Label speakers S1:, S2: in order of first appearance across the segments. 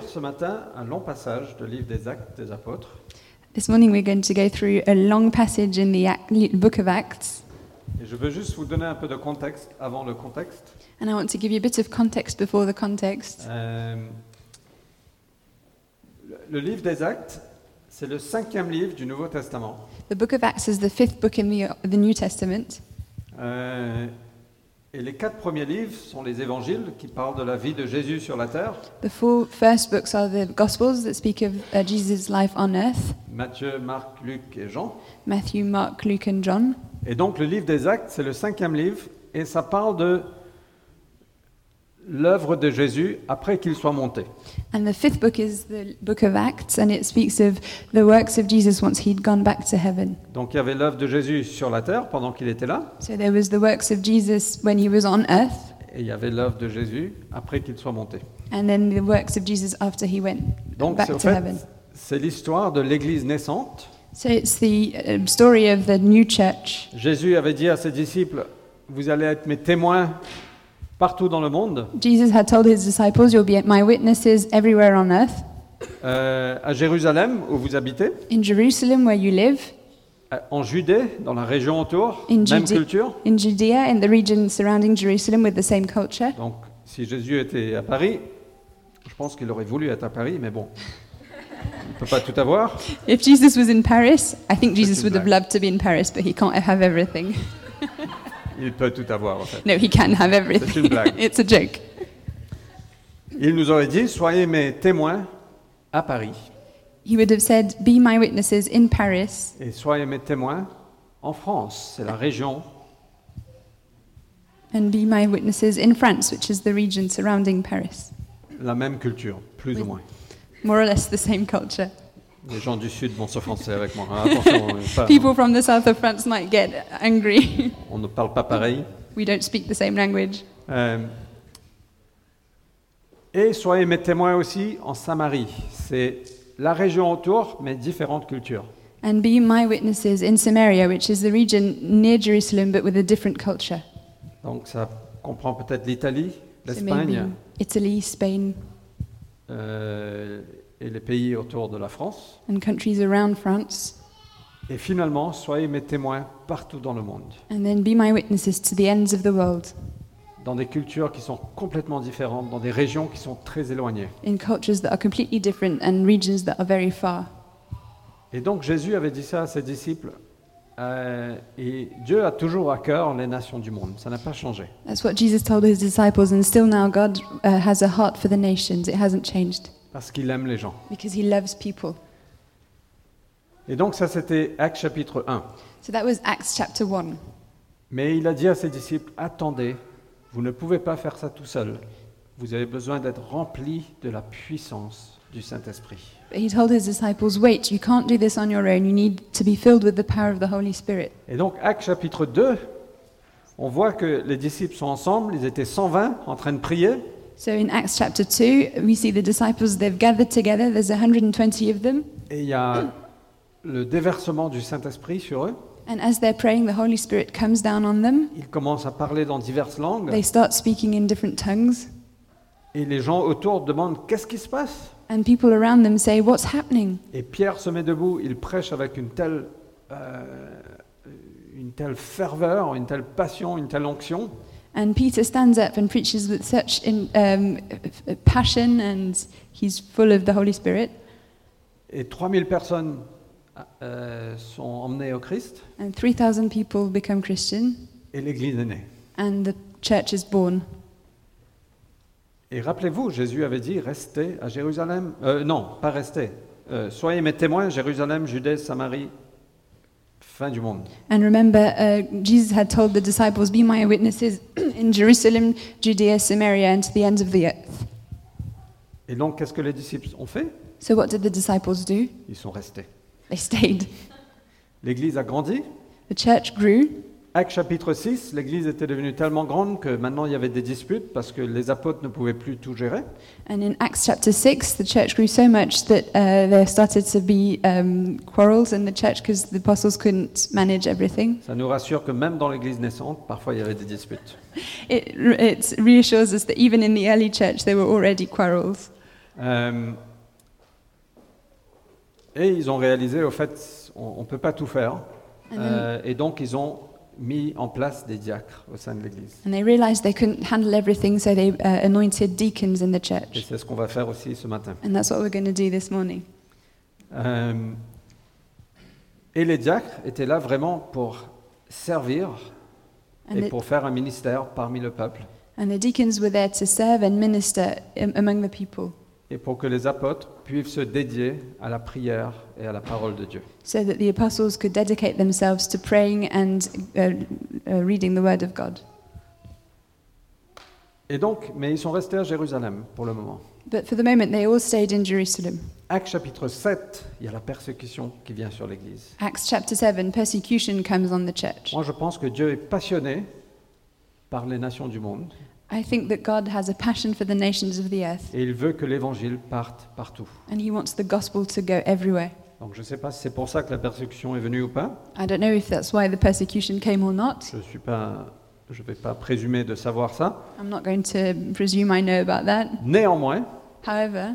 S1: ce matin un long passage du livre des Actes des Apôtres.
S2: This morning we're going to go through a long passage in the Ac- book of Acts,
S1: Et je veux juste vous donner un peu de contexte avant le contexte.
S2: and I want to give you a bit of context before the context.
S1: Euh, le- le livre des Actes, c'est le cinquième livre du Nouveau Testament.
S2: The book of Acts is the fifth book in the, the New Testament,
S1: Euh, et les quatre premiers livres sont les évangiles qui parlent de la vie de Jésus sur la terre.
S2: The four first books are the Gospels that speak of uh, Jesus' life on earth
S1: Matthieu, Marc, Luc et Jean.
S2: Matthew, Mark, Luke, and John.
S1: Et donc le livre des Actes, c'est le cinquième livre, et ça parle de l'œuvre de Jésus après qu'il soit monté.
S2: And the fifth book is the book of Acts, and it speaks of the works of Jesus once he'd gone back to heaven.
S1: Donc il y avait l'œuvre de Jésus sur la terre pendant qu'il était là,
S2: So there was the works of Jesus when he was on earth,
S1: et il y avait l'œuvre de Jésus après qu'il soit monté.
S2: and then the works of Jesus after he went
S1: Donc
S2: back
S1: c'est, en
S2: to
S1: fait,
S2: heaven.
S1: c'est l'histoire de l'Église naissante.
S2: So it's the um, story of the new church.
S1: Jésus avait dit à ses disciples, vous allez être mes témoins partout dans le monde,
S2: Jesus had told his disciples, You'll be my witnesses everywhere on earth,
S1: euh, à Jérusalem où vous habitez,
S2: in Jerusalem where you live,
S1: euh, en Judée, dans la région autour,
S2: In
S1: même
S2: Judée.
S1: culture.
S2: in Judea, in the region surrounding Jerusalem with the same culture.
S1: Donc, si Jésus était à Paris, je pense qu'il aurait voulu être à Paris, mais bon, on ne peut pas tout avoir.
S2: If Jesus was in Paris, I think Jesus
S1: too
S2: would have
S1: black.
S2: loved to be in Paris, but he can't have everything.
S1: Il peut tout avoir, en fait.
S2: No, he can have everything.
S1: black.
S2: it's a joke.
S1: Il nous aurait dit Soyez mes témoins à Paris
S2: He would have said, Be my witnesses in Paris,
S1: et soyez mes témoins en France. C'est la région.
S2: and be my witnesses in France, which is the region surrounding Paris.
S1: La même culture, plus ou
S2: Oui.
S1: moins.
S2: More or less the same culture.
S1: Les gens du Sud vont s'offenser avec moi. hein. Attention, on est pas-
S2: People from the south of France might get angry.
S1: on ne parle pas pareil.
S2: we don't speak the same language.
S1: Euh, et soyez mes témoins aussi en Samarie. C'est la région autour, mais différentes cultures.
S2: And be my witnesses in Samaria, which is the region near Jerusalem but with a different culture.
S1: Donc ça comprend peut-être l'Italie,
S2: So maybe
S1: l'Espagne
S2: Italy, Spain,
S1: euh, et les pays autour de la France.
S2: and countries around France.
S1: Et finalement, soyez mes témoins partout dans le monde,
S2: And then be my witnesses to the ends of the world,
S1: dans des cultures qui sont complètement différentes, dans des régions qui sont très éloignées.
S2: in cultures that are completely different and regions that are very far.
S1: Et donc Jésus avait dit ça à ses disciples. euh, et Dieu a toujours à cœur les nations du monde. Ça n'a pas changé.
S2: That's what Jesus told his disciples, and still now God uh, has a heart for the nations. It hasn't changed
S1: Parce qu'il aime les gens.
S2: because he loves people.
S1: Et donc ça, c'était Acte chapitre 1.
S2: So that was Acts chapter 1.
S1: Mais il a dit à ses disciples, attendez, vous ne pouvez pas faire ça tout seul. Vous avez besoin d'être remplis de la puissance du Saint-Esprit.
S2: But he told his disciples, Wait, you can't do this on your own. You need to be filled with the power of the Holy Spirit.
S1: Et donc, Acte chapitre 2, on voit que les disciples sont ensemble, ils étaient 120 en train de prier,
S2: So in Acts chapter 2, we see the disciples, they've gathered together. There's 120 of them.
S1: et il y a le déversement du Saint-Esprit sur eux.
S2: And as they're praying, the Holy Spirit comes down on them.
S1: Ils commencent à parler dans diverses langues,
S2: They start speaking in different tongues.
S1: et les gens autour demandent, qu'est-ce qui se passe
S2: And people around them say, What's happening?
S1: Et Pierre se met debout, il prêche avec une telle, euh, une telle ferveur, une telle passion, une telle onction.
S2: And Peter stands up and preaches with such in, um, f- f- passion, and he's full of the Holy Spirit.
S1: Et 3000 personnes euh, sont emmenées au Christ
S2: And 3,000 people become Christian,
S1: et l'Église est née.
S2: and the church is born.
S1: Et rappelez-vous, Jésus avait dit restez à Jérusalem. Euh, non, pas restez. Euh, soyez mes témoins, Jérusalem, Judée, Samarie, fin du monde.
S2: And remember, uh, Jesus had told the disciples, Be my witnesses in Jerusalem, Judea, Samaria, and to the ends of the earth.
S1: Et donc, qu'est-ce que les disciples ont fait
S2: So, what did the disciples do?
S1: Ils sont restés.
S2: They stayed.
S1: L'Église a grandi.
S2: The church grew.
S1: Acte chapitre 6, l'Église était devenue tellement grande que maintenant il y avait des disputes parce que les apôtres ne pouvaient plus tout gérer.
S2: And in Acts chapter 6, the church grew so much that uh, there started to be um, quarrels in the church because the apostles couldn't manage everything.
S1: Ça nous rassure que même dans l'Église naissante, parfois il y avait des disputes.
S2: It, it reassures us that even in the early church, there were already quarrels.
S1: Euh, et ils ont réalisé, au fait, on ne peut pas tout faire. Euh, et donc, ils ont mis en place des diacres au sein de l'Église.
S2: And they realized they couldn't handle everything, so they uh, anointed deacons in the
S1: Et
S2: church.
S1: c'est ce qu'on va faire aussi ce matin.
S2: And that's what we're going to do this morning.
S1: Euh, et les diacres étaient là vraiment pour servir
S2: And
S1: et
S2: the,
S1: pour faire un ministère parmi le peuple.
S2: and the deacons were there to serve and minister im- among the people
S1: Et pour que les apôtres puissent se dédier à la prière et à la parole de Dieu.
S2: so that the apostles could dedicate themselves to praying and uh, uh, reading the word of God.
S1: Et donc, mais ils sont restés à Jérusalem pour le moment.
S2: But for the moment, they all stayed in Jerusalem.
S1: Acte chapitre 7, il y a la persécution qui vient sur l'Église.
S2: Acts chapter 7 persecution comes on the church.
S1: Moi, je pense que Dieu est passionné par les nations du monde
S2: I think that God has a passion for the nations of the earth,
S1: et il veut que l'évangile parte partout.
S2: and He wants the gospel to go everywhere.
S1: Donc, je ne sais pas si c'est pour ça que la persécution est venue ou pas.
S2: I don't know if that's why the persecution came or not.
S1: Je suis pas, je vais pas présumer de savoir ça.
S2: I'm not going to presume I know about that.
S1: Néanmoins,
S2: However,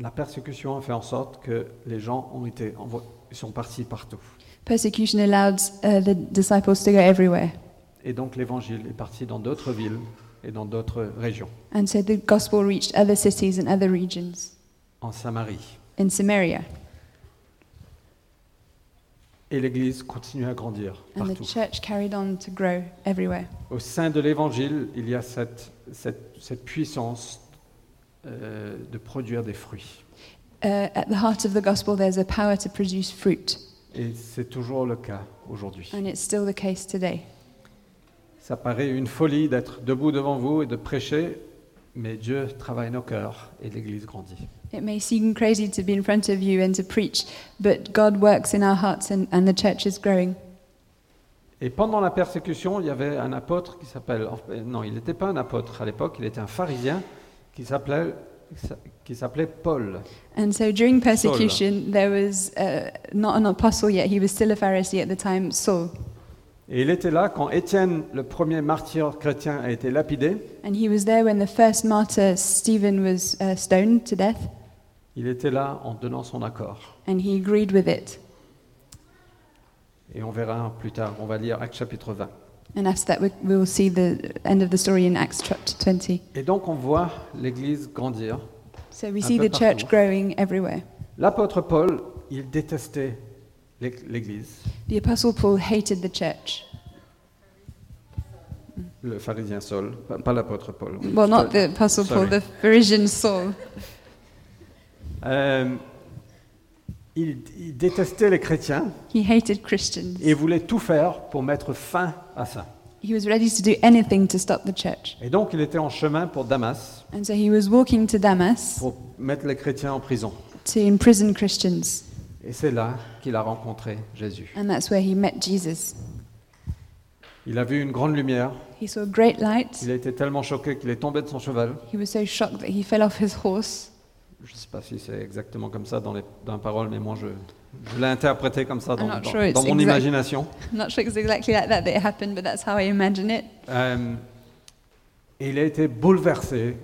S1: la persécution a fait en sorte que les gens ont été envo- sont partis partout.
S2: persecution allowed uh, the disciples to go everywhere,
S1: Et donc l'évangile est parti dans d'autres villes et dans d'autres régions.
S2: and so the gospel reached other cities and other regions
S1: En Samarie.
S2: in Samaria,
S1: Et l'église continue à grandir
S2: and the
S1: partout.
S2: church carried on to grow everywhere.
S1: Au sein de l'évangile, il y a cette, cette, cette puissance euh, de produire des fruits.
S2: Uh, at the heart of the gospel, there's a power to produce fruit,
S1: Et c'est toujours le cas aujourd'hui.
S2: and it's still the case today.
S1: Ça paraît une folie d'être debout devant vous et de prêcher, mais Dieu travaille nos cœurs et l'église grandit.
S2: It may seem crazy to be in front of you and to preach, but God works in our hearts and, and the church is growing.
S1: Et pendant la persécution, il y avait un apôtre qui s'appelle. euh, Non, il n'était pas un apôtre à l'époque, il était un pharisien qui s'appelait, qui s'appelait Paul.
S2: And so during persecution, there was uh, not an apostle yet, he was still a Pharisee at the time, Saul.
S1: Et il était là quand Étienne, le premier martyr chrétien, a été lapidé.
S2: And he was there when the first martyr, Stephen, was uh, stoned to death,
S1: Il était là en donnant son accord.
S2: and he agreed with it.
S1: Et on verra plus tard, on va lire Actes chapitre 20.
S2: And after that, we, we will see the end of the story in Acts chapter 20.
S1: Et donc on voit l'Église grandir.
S2: So we
S1: Un
S2: see
S1: peu
S2: the church
S1: partout.
S2: growing everywhere.
S1: L'apôtre Paul, il détestait l'Ég- l'Église,
S2: The apostle Paul hated the church.
S1: le pharisien Saul, pas, pas l'apôtre Paul. oui.
S2: Well, not the apostle Paul,
S1: Sorry.
S2: the Pharisee Saul.
S1: Euh, il, il détestait les chrétiens
S2: He hated Christians.
S1: et voulait tout faire pour mettre fin à ça.
S2: He was ready to do anything to stop the church.
S1: Et donc il était en chemin pour Damas
S2: And so he was walking to Damas
S1: pour mettre les chrétiens en prison.
S2: to imprison Christians.
S1: Et c'est là qu'il a rencontré Jésus.
S2: And that's where he met Jesus.
S1: Il a vu une grande lumière,
S2: He saw great light.
S1: il a été tellement choqué qu'il est tombé de son cheval.
S2: He was so shocked that he fell off his horse.
S1: Je ne sais pas si c'est exactement comme ça dans, les, dans la parole, mais moi je, je l'ai interprété comme ça dans,
S2: I'm not
S1: dans-
S2: sure it's
S1: dans mon
S2: exact.
S1: imagination.
S2: I'm not sure it's exactly like that that it happened, but that's how I imagine it.
S1: Euh, et il a été bouleversé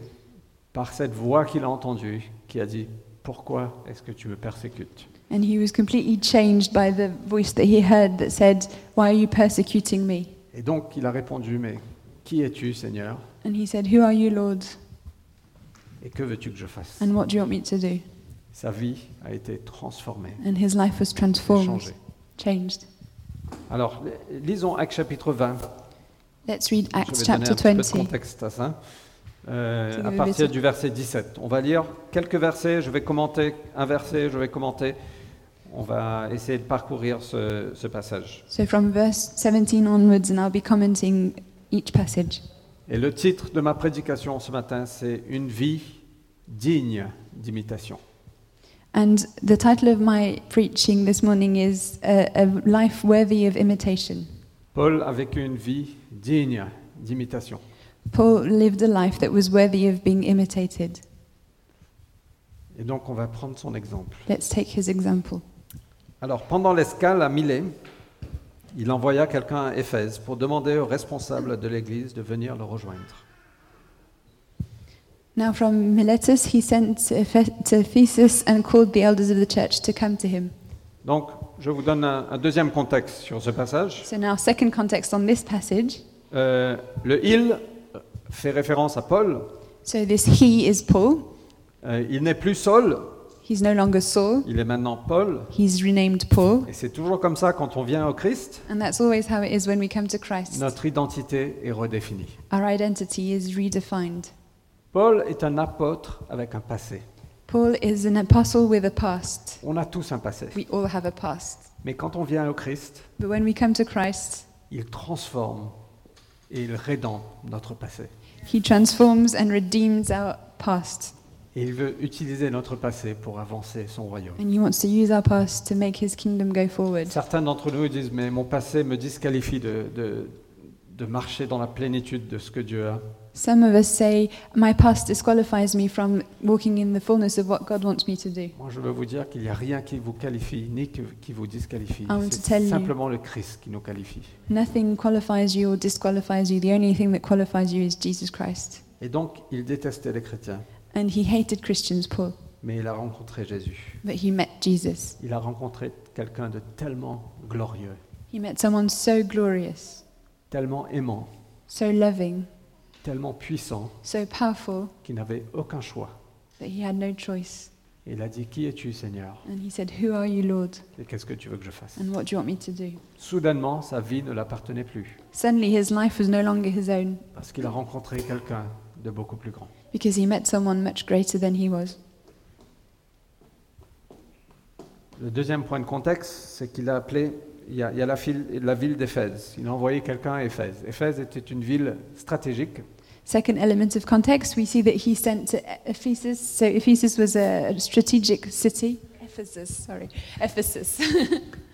S1: par cette voix qu'il a entendue qui a dit Pourquoi est-ce que tu me persécutes
S2: And he was completely changed by the voice that he heard that said, Why are you persecuting me?
S1: Et donc il a répondu Mais qui es-tu, Seigneur
S2: And he said, Who are you, Lord?
S1: Et que veux-tu que je fasse
S2: And what do you want me to do?
S1: Sa vie a été transformée,
S2: And his life was transformed,
S1: changée.
S2: changed.
S1: Alors lisons Actes chapitre 20.
S2: Let's read Acts
S1: je vais donner
S2: Ah, chapter
S1: un petit peu de
S2: 20.
S1: contexte à ça. Euh,
S2: Tu
S1: à
S2: veux
S1: partir
S2: mettre-
S1: du verset 17. On va lire quelques versets, je vais commenter un verset, je vais commenter. On va essayer de parcourir ce- ce passage.
S2: So from verse 17 onwards, and I'll be commenting each passage.
S1: Et le titre de ma prédication ce matin, c'est Une vie digne d'imitation.
S2: And the title of my preaching this morning is uh, A Life Worthy of Imitation.
S1: Paul a vécu une vie digne d'imitation.
S2: Paul lived a life that was worthy of being imitated.
S1: Et donc, on va prendre son exemple.
S2: Let's take his example.
S1: Alors, pendant l'escale à Milet, il envoya quelqu'un à Éphèse pour demander aux responsables de l'église de venir le rejoindre.
S2: Now, from Miletus, he sent to Ephe- to Ephesus and called the elders of the church to come to him.
S1: Donc, je vous donne un, un deuxième contexte sur ce passage.
S2: So, now, second context on this passage.
S1: Euh, le il fait référence à Paul.
S2: So, this he is Paul.
S1: Euh, il n'est plus Saul,
S2: He's no longer Saul,
S1: il est maintenant Paul.
S2: he's renamed Paul.
S1: Et c'est toujours comme ça quand on vient au Christ,
S2: And that's always how it is when we come to Christ.
S1: notre identité est redéfinie.
S2: Our identity is redefined.
S1: Paul est un apôtre avec un passé.
S2: Paul is an apostle with a past.
S1: On a tous un passé.
S2: We all have a past.
S1: Mais quand on vient au Christ,
S2: But when we come to Christ,
S1: il transforme et il rédempte notre passé.
S2: he transforms and redeems our past.
S1: Et il veut utiliser notre passé pour avancer son royaume.
S2: And he wants to use our past to make his kingdom go forward.
S1: Certains d'entre nous disent, mais mon passé me disqualifie de, de- de marcher dans la plénitude de ce que Dieu a.
S2: Some of us say, My past disqualifies me from walking in the fullness of what God wants me to do.
S1: Moi, je veux vous dire qu'il n'y a rien qui vous qualifie, ni que- qui vous disqualifie.
S2: I want to tell
S1: C'est
S2: you-
S1: simplement le Christ qui nous qualifie.
S2: Nothing qualifies you or disqualifies you. The only thing that qualifies you is Jesus Christ.
S1: Et donc, il détestait les chrétiens,
S2: And he hated Christians, Paul,
S1: mais il a rencontré Jésus.
S2: but he met Jesus.
S1: Il a rencontré quelqu'un de tellement glorieux,
S2: He met someone so glorious,
S1: tellement aimant,
S2: so loving,
S1: tellement puissant,
S2: so powerful
S1: qu'il n'avait aucun choix.
S2: that he had no choice.
S1: Et il a dit, qui es-tu, Seigneur
S2: And he said, Who are you, Lord?
S1: Et qu'est-ce que tu veux que je fasse
S2: And what do you want me to do?
S1: Soudainement, sa vie ne l'appartenait plus,
S2: Suddenly his life was no longer his own
S1: parce qu'il a rencontré quelqu'un de beaucoup plus grand.
S2: because he met someone much greater than he was.
S1: Le deuxième point de contexte, c'est qu'il a appelé, il y a, il y a la, file- la ville d'Éphèse. Il a envoyé quelqu'un à Éphèse. Éphèse était une ville stratégique.
S2: Second element of context, we see that he sent to E- Ephesus. So Ephesus was a strategic city. Ephesus, sorry. Ephesus.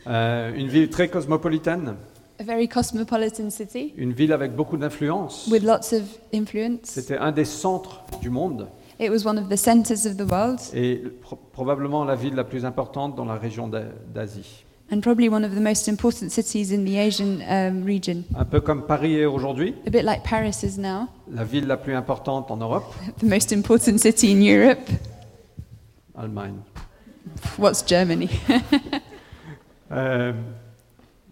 S1: Euh, une ville très cosmopolitaine,
S2: a very cosmopolitan city
S1: une ville avec beaucoup d'influence.
S2: with lots of influence.
S1: C'était un des centres du monde
S2: It was one of the centers of the world
S1: et pro- probablement la ville la plus importante dans la région d'A- d'Asie.
S2: and probably one of the most important cities in the Asian um, region.
S1: Un peu comme Paris est aujourd'hui,
S2: A bit like Paris is now,
S1: la ville la plus importante en Europe,
S2: the most important city in Europe.
S1: Allemagne.
S2: What's Germany?
S1: Euh,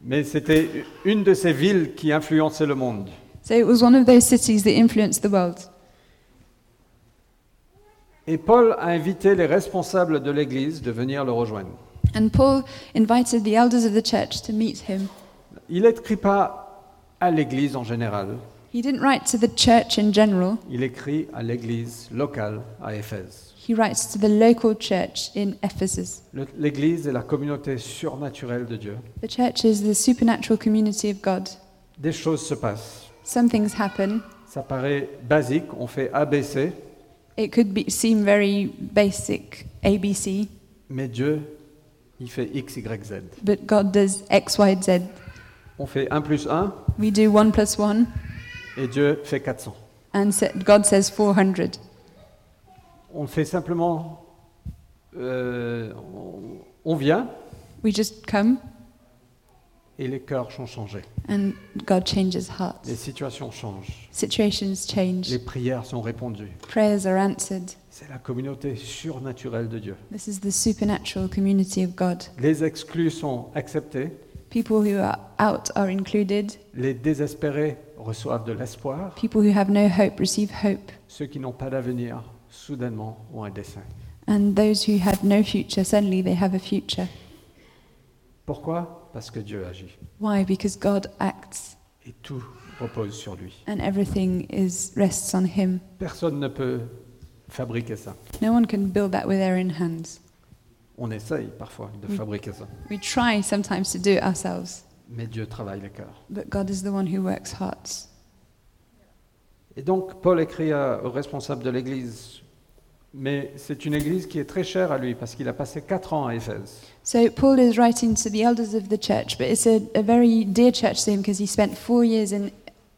S1: mais c'était une de ces villes qui influençait le monde.
S2: so it was one of those cities that influenced the world.
S1: Et Paul a invité les responsables de l'Église de venir le rejoindre.
S2: And Paul invited the elders of the church to meet him.
S1: Il n'écrit pas à l'Église en général,
S2: He didn't write to the church in general,
S1: il écrit à l'Église locale à Éphèse.
S2: he writes to the local church in Ephesus.
S1: Le- L'Église est la communauté surnaturelle de Dieu.
S2: The church is the supernatural community of God.
S1: Des choses se passent.
S2: Some things happen.
S1: Ça paraît basique, on fait ABC,
S2: It could be, seem very basic, ABC,
S1: mais Dieu, il fait X, Y, Z.
S2: but God does X, Y, Z.
S1: On fait 1 plus 1
S2: We do 1 plus 1,
S1: et Dieu fait 400.
S2: and sa- God says 400.
S1: On fait simplement... euh, on- on vient
S2: We just come,
S1: et les cœurs sont changés.
S2: and God changes
S1: Les
S2: hearts.
S1: situations changent.
S2: Situations change,
S1: Les prières sont répondues.
S2: prayers are answered.
S1: C'est la communauté surnaturelle de Dieu.
S2: This is the supernatural community of God.
S1: Les exclus sont acceptés,
S2: People who are out are included,
S1: les désespérés reçoivent de l'espoir,
S2: people who have no hope receive hope.
S1: ceux qui n'ont pas d'avenir, soudainement, ont un dessein.
S2: And those who had no future, suddenly they have a future.
S1: Pourquoi Parce que Dieu agit
S2: Why? Because God acts
S1: et tout repose sur lui.
S2: and everything is, rests on Him.
S1: Personne ne peut fabriquer ça.
S2: No one can build that with their own hands.
S1: On essaye parfois de
S2: Oui.
S1: fabriquer ça,
S2: We try sometimes to do it ourselves,
S1: mais Dieu travaille les cœurs.
S2: but God is the one who works hearts.
S1: Et donc, Paul écrit à- aux responsables de l'Église, mais c'est une Église qui est très chère à lui parce qu'il a passé quatre ans à Éphèse.
S2: So Paul is writing to the elders of the church, but it's a, a very dear church to him because he spent four years in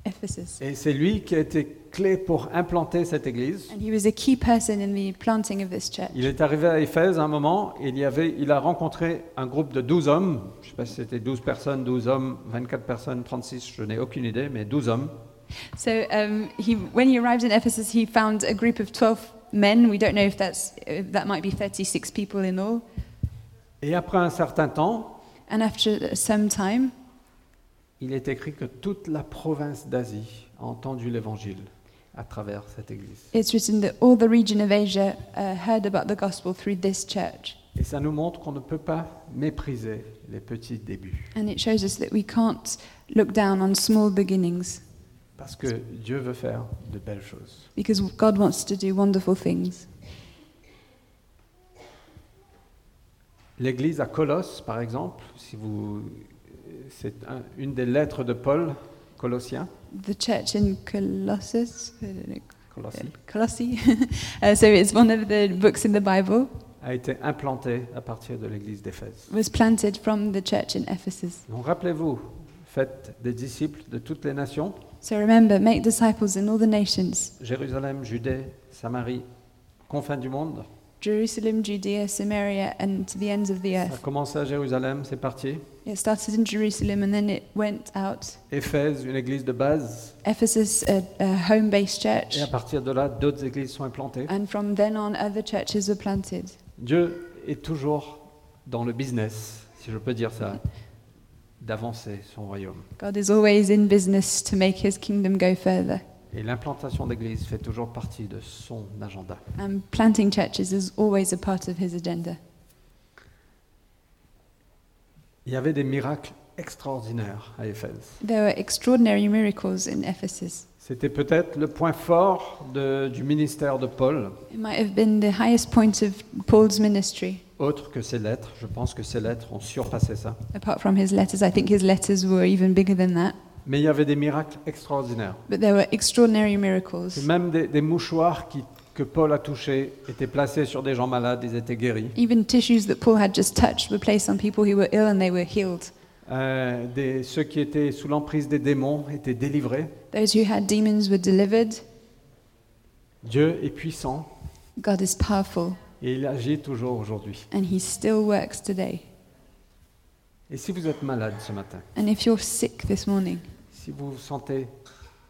S2: Ephesus.
S1: Et c'est lui qui a été clé pour implanter cette église.
S2: And he was a key person in the planting of this church.
S1: Il est arrivé à Éphèse à un moment et il, y avait, il a rencontré un groupe de 12 hommes. Je ne sais pas si c'était 12 personnes, 12 hommes, 24 personnes, 36, je n'ai aucune idée, mais 12 hommes.
S2: So um, he, when he arrived in Ephesus, he found a group of 12 men. We don't know if that's, uh, that might be 36 people in all.
S1: Et après un certain temps,
S2: And after some time,
S1: il est écrit que toute la province d'Asie a entendu l'évangile à travers cette église.
S2: it's written that all the region of Asia uh, heard about the gospel through this church.
S1: Et ça nous montre qu'on ne peut pas mépriser les petits débuts,
S2: And it shows us that we can't look down on small beginnings
S1: parce que Dieu veut faire de belles choses.
S2: because God wants to do wonderful things.
S1: L'église à Colosse, par exemple, si vous, c'est un- une des lettres de Paul, Colossiens,
S2: The church in Colossus, I don't know,
S1: Colossi,
S2: Colossi. uh, so it's one of the books in the Bible,
S1: a été implantée à partir de l'église d'Éphèse.
S2: was planted from the church in Ephesus.
S1: Donc rappelez-vous, faites des disciples de toutes les nations,
S2: So remember, make disciples in all the nations
S1: Jérusalem, Judée, Samarie, confins du monde.
S2: Jerusalem, Judea, Samaria, and to the ends of the
S1: Ça a
S2: earth.
S1: commencé à Jérusalem, c'est parti.
S2: It started in Jerusalem and then it went out.
S1: Éphèse, une église de base,
S2: Ephesus, a, a home based church.
S1: et à partir de là, d'autres églises sont implantées.
S2: And from then on, other churches were planted.
S1: Dieu est toujours dans le business, si je peux dire ça, d'avancer son royaume.
S2: God is always in business to make his kingdom go further.
S1: Et l'implantation d'églises fait toujours partie de son agenda.
S2: And planting churches is always a part of his agenda.
S1: Il y avait des miracles extraordinaires à Éphèse.
S2: There were extraordinary miracles in Ephesus.
S1: C'était peut-être le point fort de- du ministère de Paul,
S2: It might have been the highest point of Paul's ministry.
S1: autre que ses lettres. Je pense que ses lettres ont surpassé ça.
S2: Apart from his letters, I think his letters were even bigger than that.
S1: Mais il y avait des miracles extraordinaires.
S2: But there were extraordinary miracles.
S1: Même des, des mouchoirs qui- que Paul a touchés étaient placés sur des gens malades, ils étaient guéris.
S2: Even tissues that Paul had just touched were placed on people who were ill and they were healed.
S1: Euh, des- ceux qui étaient sous l'emprise des démons étaient délivrés.
S2: Those who had demons were delivered.
S1: Dieu est puissant
S2: God is powerful
S1: et il agit toujours aujourd'hui.
S2: and he still works today.
S1: Et si vous êtes malade ce matin,
S2: And if you're sick this morning,
S1: si vous vous sentez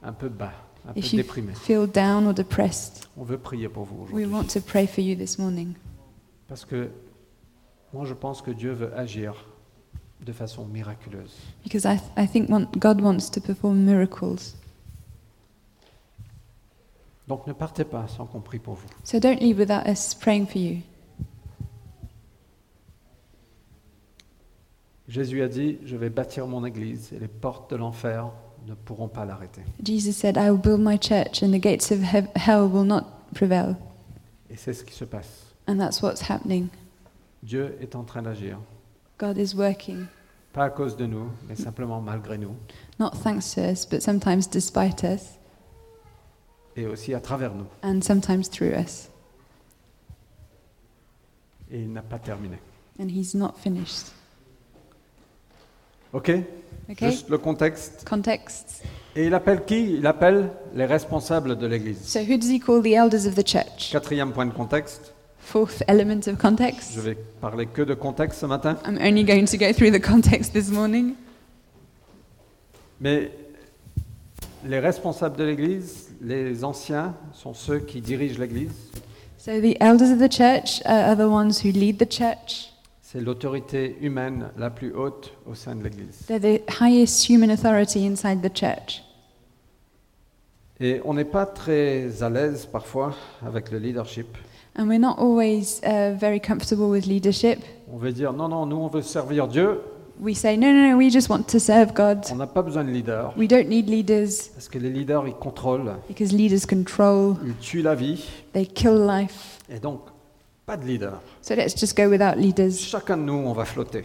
S1: un peu bas, un peu
S2: if you
S1: déprimé,
S2: feel down or depressed,
S1: on veut prier pour vous
S2: we
S1: aujourd'hui.
S2: want to pray for you this morning
S1: Parce que moi, je pense que Dieu veut agir de façon miraculeuse.
S2: because I, I think want, God wants to perform miracles.
S1: Donc ne partez pas sans qu'on prie pour vous.
S2: So don't leave without us praying for you.
S1: Jésus a dit, je vais bâtir mon église et les portes de l'enfer ne pourront pas l'arrêter.
S2: Jesus said, I will build my church and the gates of he- hell will not prevail.
S1: Et c'est ce qui se passe.
S2: And that's what's happening.
S1: Dieu est en train d'agir.
S2: God is working,
S1: Pas à cause de nous, mais simplement malgré nous.
S2: not thanks to us, but sometimes despite us
S1: Et aussi à travers nous.
S2: and sometimes through us.
S1: Et il n'a pas terminé.
S2: And He's not finished.
S1: OK
S2: Okay?
S1: Juste le contexte.
S2: Contexts.
S1: Et il appelle qui Il appelle les responsables de l'Église.
S2: So, who does He call the elders of the church?
S1: Quatrième point de contexte.
S2: Fourth element of context.
S1: Je vais parler que de contexte ce matin.
S2: I'm only going to go through the context this morning.
S1: Mais les responsables de l'Église, les anciens, sont ceux qui dirigent l'Église.
S2: So, the elders of the church uh, are the ones who lead the church.
S1: C'est l'autorité humaine la plus haute au sein de l'Église.
S2: They're the highest human authority inside the church.
S1: Et on n'est pas très à l'aise parfois avec le leadership.
S2: And we're not always uh, very comfortable with leadership.
S1: On veut dire non, non, nous on veut servir Dieu,
S2: We say, no, no, no, we just want to serve God.
S1: on n'a pas besoin de leader.
S2: We don't need leaders
S1: Parce que les leaders, ils contrôlent,
S2: because leaders control,
S1: ils tuent la vie,
S2: they kill life.
S1: et donc pas de leader.
S2: So let's just go without leaders.
S1: Chacun de nous, on va flotter.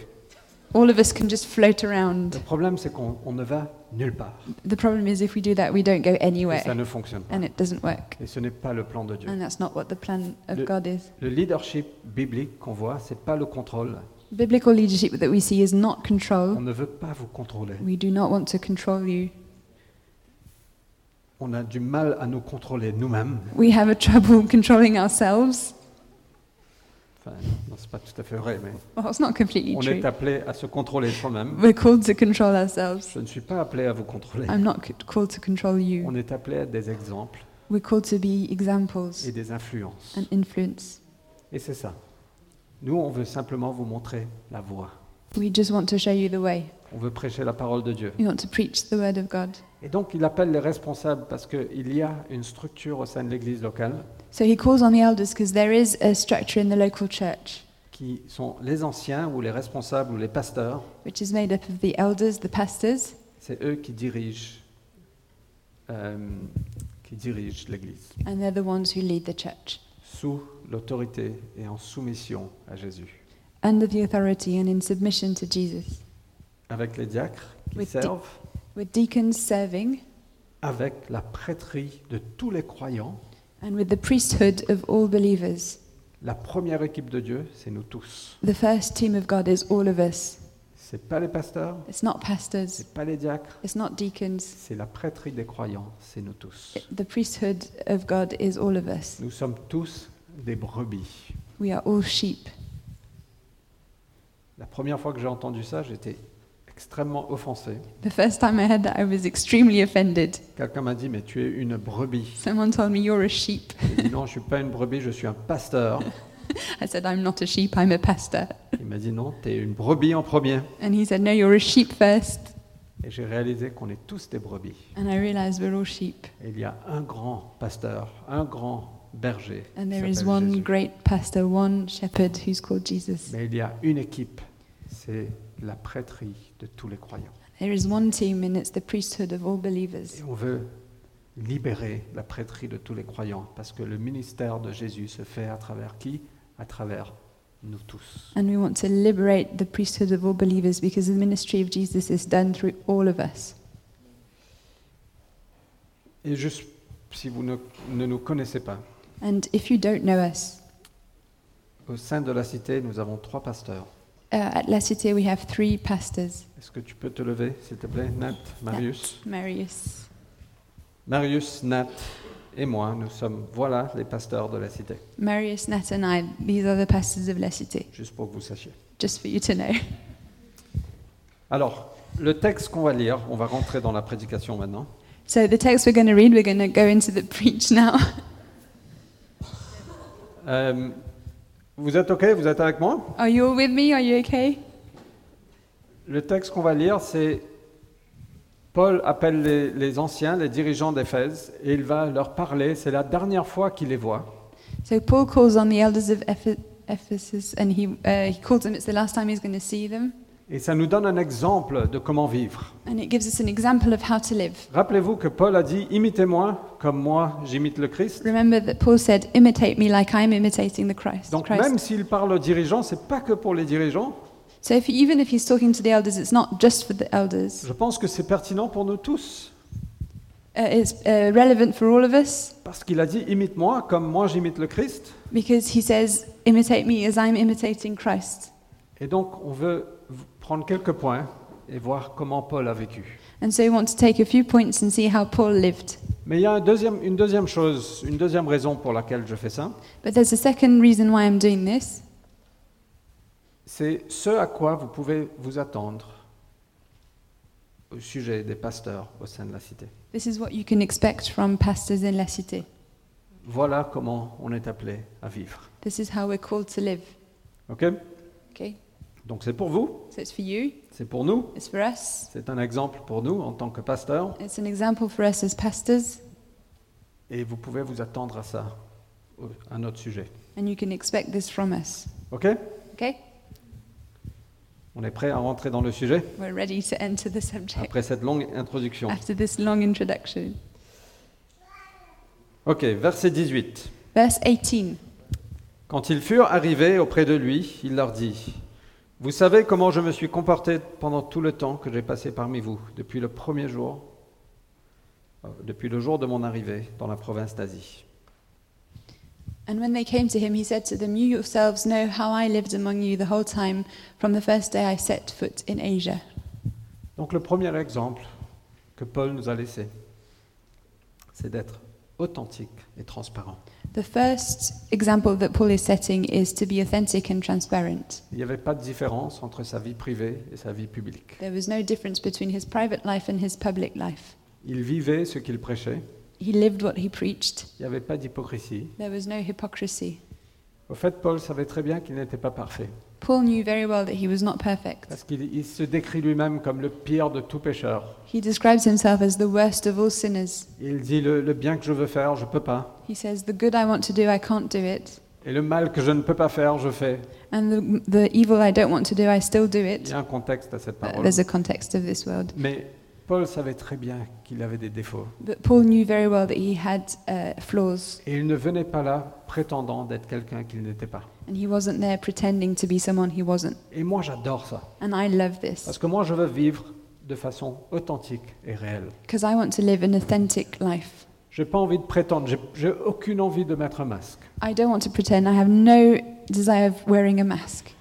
S2: All of us can just float
S1: Le
S2: around.
S1: problème, c'est qu'on on ne va nulle part.
S2: The problem is, if we do that, we don't go
S1: Et ça
S2: anywhere
S1: ne fonctionne pas.
S2: and it doesn't work.
S1: Et ce n'est pas le plan de Dieu.
S2: And that's not what the plan
S1: Le-
S2: of God is.
S1: Le leadership biblique qu'on voit, c'est pas le contrôle.
S2: Hein? Biblical leadership that we see is not
S1: On
S2: control.
S1: ne veut pas vous contrôler.
S2: We do not want to control you.
S1: On a du mal à nous contrôler nous-mêmes.
S2: We have a trouble controlling ourselves.
S1: Enfin, Non, c'est pas tout à fait vrai, mais
S2: Well, it's not completely
S1: on
S2: true.
S1: est appelé à se contrôler soi-même.
S2: We're called to control ourselves.
S1: Je ne suis pas appelé à vous contrôler.
S2: I'm not c- called to control you.
S1: On est appelé à des exemples
S2: We're called to be
S1: et
S2: examples
S1: des influences.
S2: and influence.
S1: Et c'est ça. Nous, on veut simplement vous montrer la voie.
S2: We just want to show you the way.
S1: On veut prêcher la parole de Dieu.
S2: We want to preach the word of God.
S1: Et donc, il appelle les responsables parce qu'il y a une structure au sein de l'Église locale
S2: So he calls on the elders because there is a structure in the local church
S1: qui sont les anciens ou les responsables ou les pasteurs.
S2: which is made up of the elders, the pastors.
S1: C'est eux qui dirigent, euh, qui dirigent l'Église
S2: and they're the ones who lead the church
S1: sous l'autorité et en soumission à Jésus,
S2: under the authority and in submission to Jesus,
S1: avec les diacres qui
S2: Oui, di-
S1: servent,
S2: with deacons serving
S1: avec la prêtrie de tous les croyants.
S2: and with the priesthood of all believers.
S1: La première équipe de Dieu, c'est nous tous.
S2: The first team of God is all of us.
S1: C'est pas les pasteurs,
S2: It's not pastors,
S1: c'est pas les diacres,
S2: it's not deacons.
S1: c'est la prêtrie des croyants, c'est nous tous.
S2: It- The priesthood of God is all of us.
S1: Nous sommes tous des brebis.
S2: We are all sheep.
S1: La première fois que j'ai entendu ça, j'étais extrêmement offensé.
S2: The first time I heard that, I was extremely offended.
S1: Quelqu'un m'a dit, mais tu es une brebis.
S2: Someone told me, You're a sheep.
S1: J'ai dit, non, je ne suis pas une brebis, je suis un pasteur.
S2: I said, I'm not a sheep, I'm a pastor.
S1: Il m'a dit, non, tu es une brebis en premier.
S2: And he said, No, you're a sheep first.
S1: Et j'ai réalisé qu'on est tous des brebis.
S2: And I realized we're all sheep.
S1: Et il y a un grand pasteur, un grand berger. qui
S2: And there is
S1: s'appelle
S2: one
S1: Jésus.
S2: great pastor, one shepherd who's called Jesus.
S1: Mais il y a une équipe, c'est la prêtrie de tous les croyants.
S2: There is one team, and it's the priesthood of all believers.
S1: Et on veut libérer la prêtrie de tous les croyants, parce que le ministère de Jésus se fait à travers qui À travers nous tous.
S2: And we want to liberate the priesthood of all believers because the ministry of Jesus is done through all of us.
S1: Et juste, si vous ne, ne nous connaissez pas,
S2: And if you don't know us,
S1: au sein de la cité, nous avons trois pasteurs.
S2: uh, at La Cité we have three pastors
S1: Est-ce que tu peux te lever, s'il te plaît Nat, Marius.
S2: Marius,
S1: Marius, Nat et moi, nous sommes, voilà, les pasteurs de la cité,
S2: Marius, Nat, and I. These are the pastors of La Cité,
S1: juste pour que vous sachiez.
S2: just for you to know.
S1: Alors, le texte qu'on va lire, on va rentrer dans la prédication maintenant.
S2: So the text we're going to read, we're going to go into the preach now.
S1: Euh, vous êtes OK Vous êtes avec moi
S2: Are you all with me? Are you okay?
S1: Le texte qu'on va lire, c'est Paul appelle les, les anciens, les dirigeants d'Éphèse, et il va leur parler. C'est la dernière fois qu'il les voit.
S2: So Paul calls on the elders of Ephe- Ephesus, and he uh, he calls them. It's the last time he's going to see them,
S1: Et ça nous donne un exemple de comment vivre.
S2: and it gives us an example of how to live.
S1: Rappelez-vous que Paul a dit Imitez-moi comme moi j'imite le Christ.
S2: Remember that Paul said, "Imitate me like I'm imitating the Christ."
S1: Donc
S2: Christ.
S1: même s'il parle aux dirigeants, c'est pas que pour les dirigeants.
S2: so if, even if he's talking to the elders, it's not just for the elders.
S1: Je pense que c'est pertinent pour nous tous.
S2: Uh, it's uh, relevant for all of us
S1: Parce qu'il a dit Imite-moi comme moi j'imite le Christ.
S2: because he says, "Imitate me as I'm imitating Christ."
S1: Et donc on veut v- prendre quelques points et voir comment Paul a vécu.
S2: And so we want to take a few points and see how Paul lived.
S1: Mais il y a un deuxième- une deuxième chose, une deuxième raison pour laquelle je fais ça,
S2: But there's a second reason why I'm doing this.
S1: c'est ce à quoi vous pouvez vous attendre au sujet des pasteurs au sein de la cité.
S2: This is what you can expect from pastors in La Cité.
S1: Voilà comment on est appelé à vivre.
S2: This is how we're called to live.
S1: Ok
S2: Okay,
S1: Donc c'est pour vous,
S2: so it's for you,
S1: c'est pour nous,
S2: it's for us,
S1: c'est un exemple pour nous en tant que pasteurs,
S2: it's an example for us as pastors,
S1: et vous pouvez vous attendre à ça, au- à notre sujet.
S2: and you can expect this from us.
S1: Ok
S2: Okay,
S1: On est prêt à rentrer dans le sujet
S2: we're ready to enter the subject
S1: après cette longue introduction.
S2: after this long introduction.
S1: Ok, verset 18.
S2: Verse 18
S1: Quand ils furent arrivés auprès de lui, il leur dit Vous savez comment je me suis comporté pendant tout le temps que j'ai passé parmi vous, depuis le premier jour, euh, depuis le jour de mon arrivée dans la province d'Asie.
S2: And when they came to him, he said to them, You yourselves know how I lived among you the whole time from the first day I set foot in Asia.
S1: Donc, le premier exemple que Paul nous a laissé, c'est d'être authentique et transparent.
S2: The first example that Paul is setting is to be authentic and transparent.
S1: Il n'y avait pas de différence entre sa vie privée et sa vie publique.
S2: There was no difference between his private life and his public life.
S1: Il vivait ce qu'il prêchait.
S2: He lived what he preached.
S1: Il n'y avait pas d'hypocrisie.
S2: There was no hypocrisy.
S1: Au fait, Paul savait très bien qu'il n'était pas parfait.
S2: Paul knew very well that he was not perfect.
S1: Parce qu'il il se décrit lui-même comme le pire de tout pécheur.
S2: He describes himself as the worst of all sinners.
S1: Il dit le, le bien que je veux faire, je ne peux pas.
S2: He says, The good I want to do, I can't do it.
S1: Et le mal que je ne peux pas faire, je fais.
S2: And the, the evil I don't want to do, I still do
S1: Il
S2: it.
S1: y a un contexte à cette
S2: But
S1: parole.
S2: there's a context of this world.
S1: Mais Paul savait très bien qu'il avait des défauts.
S2: But Paul knew very well that he had uh, flaws,
S1: Et il ne venait pas là prétendant d'être quelqu'un qu'il n'était pas.
S2: and he wasn't there pretending to be someone he wasn't.
S1: Et moi, j'adore ça.
S2: And I love
S1: Parce
S2: this
S1: que moi, je veux vivre de façon authentique et réelle.
S2: because I want to live an authentic life.
S1: J'ai pas envie de prétendre, j'ai- j'ai aucune envie de mettre un masque.
S2: I don't want to pretend. I have no desire of wearing a mask.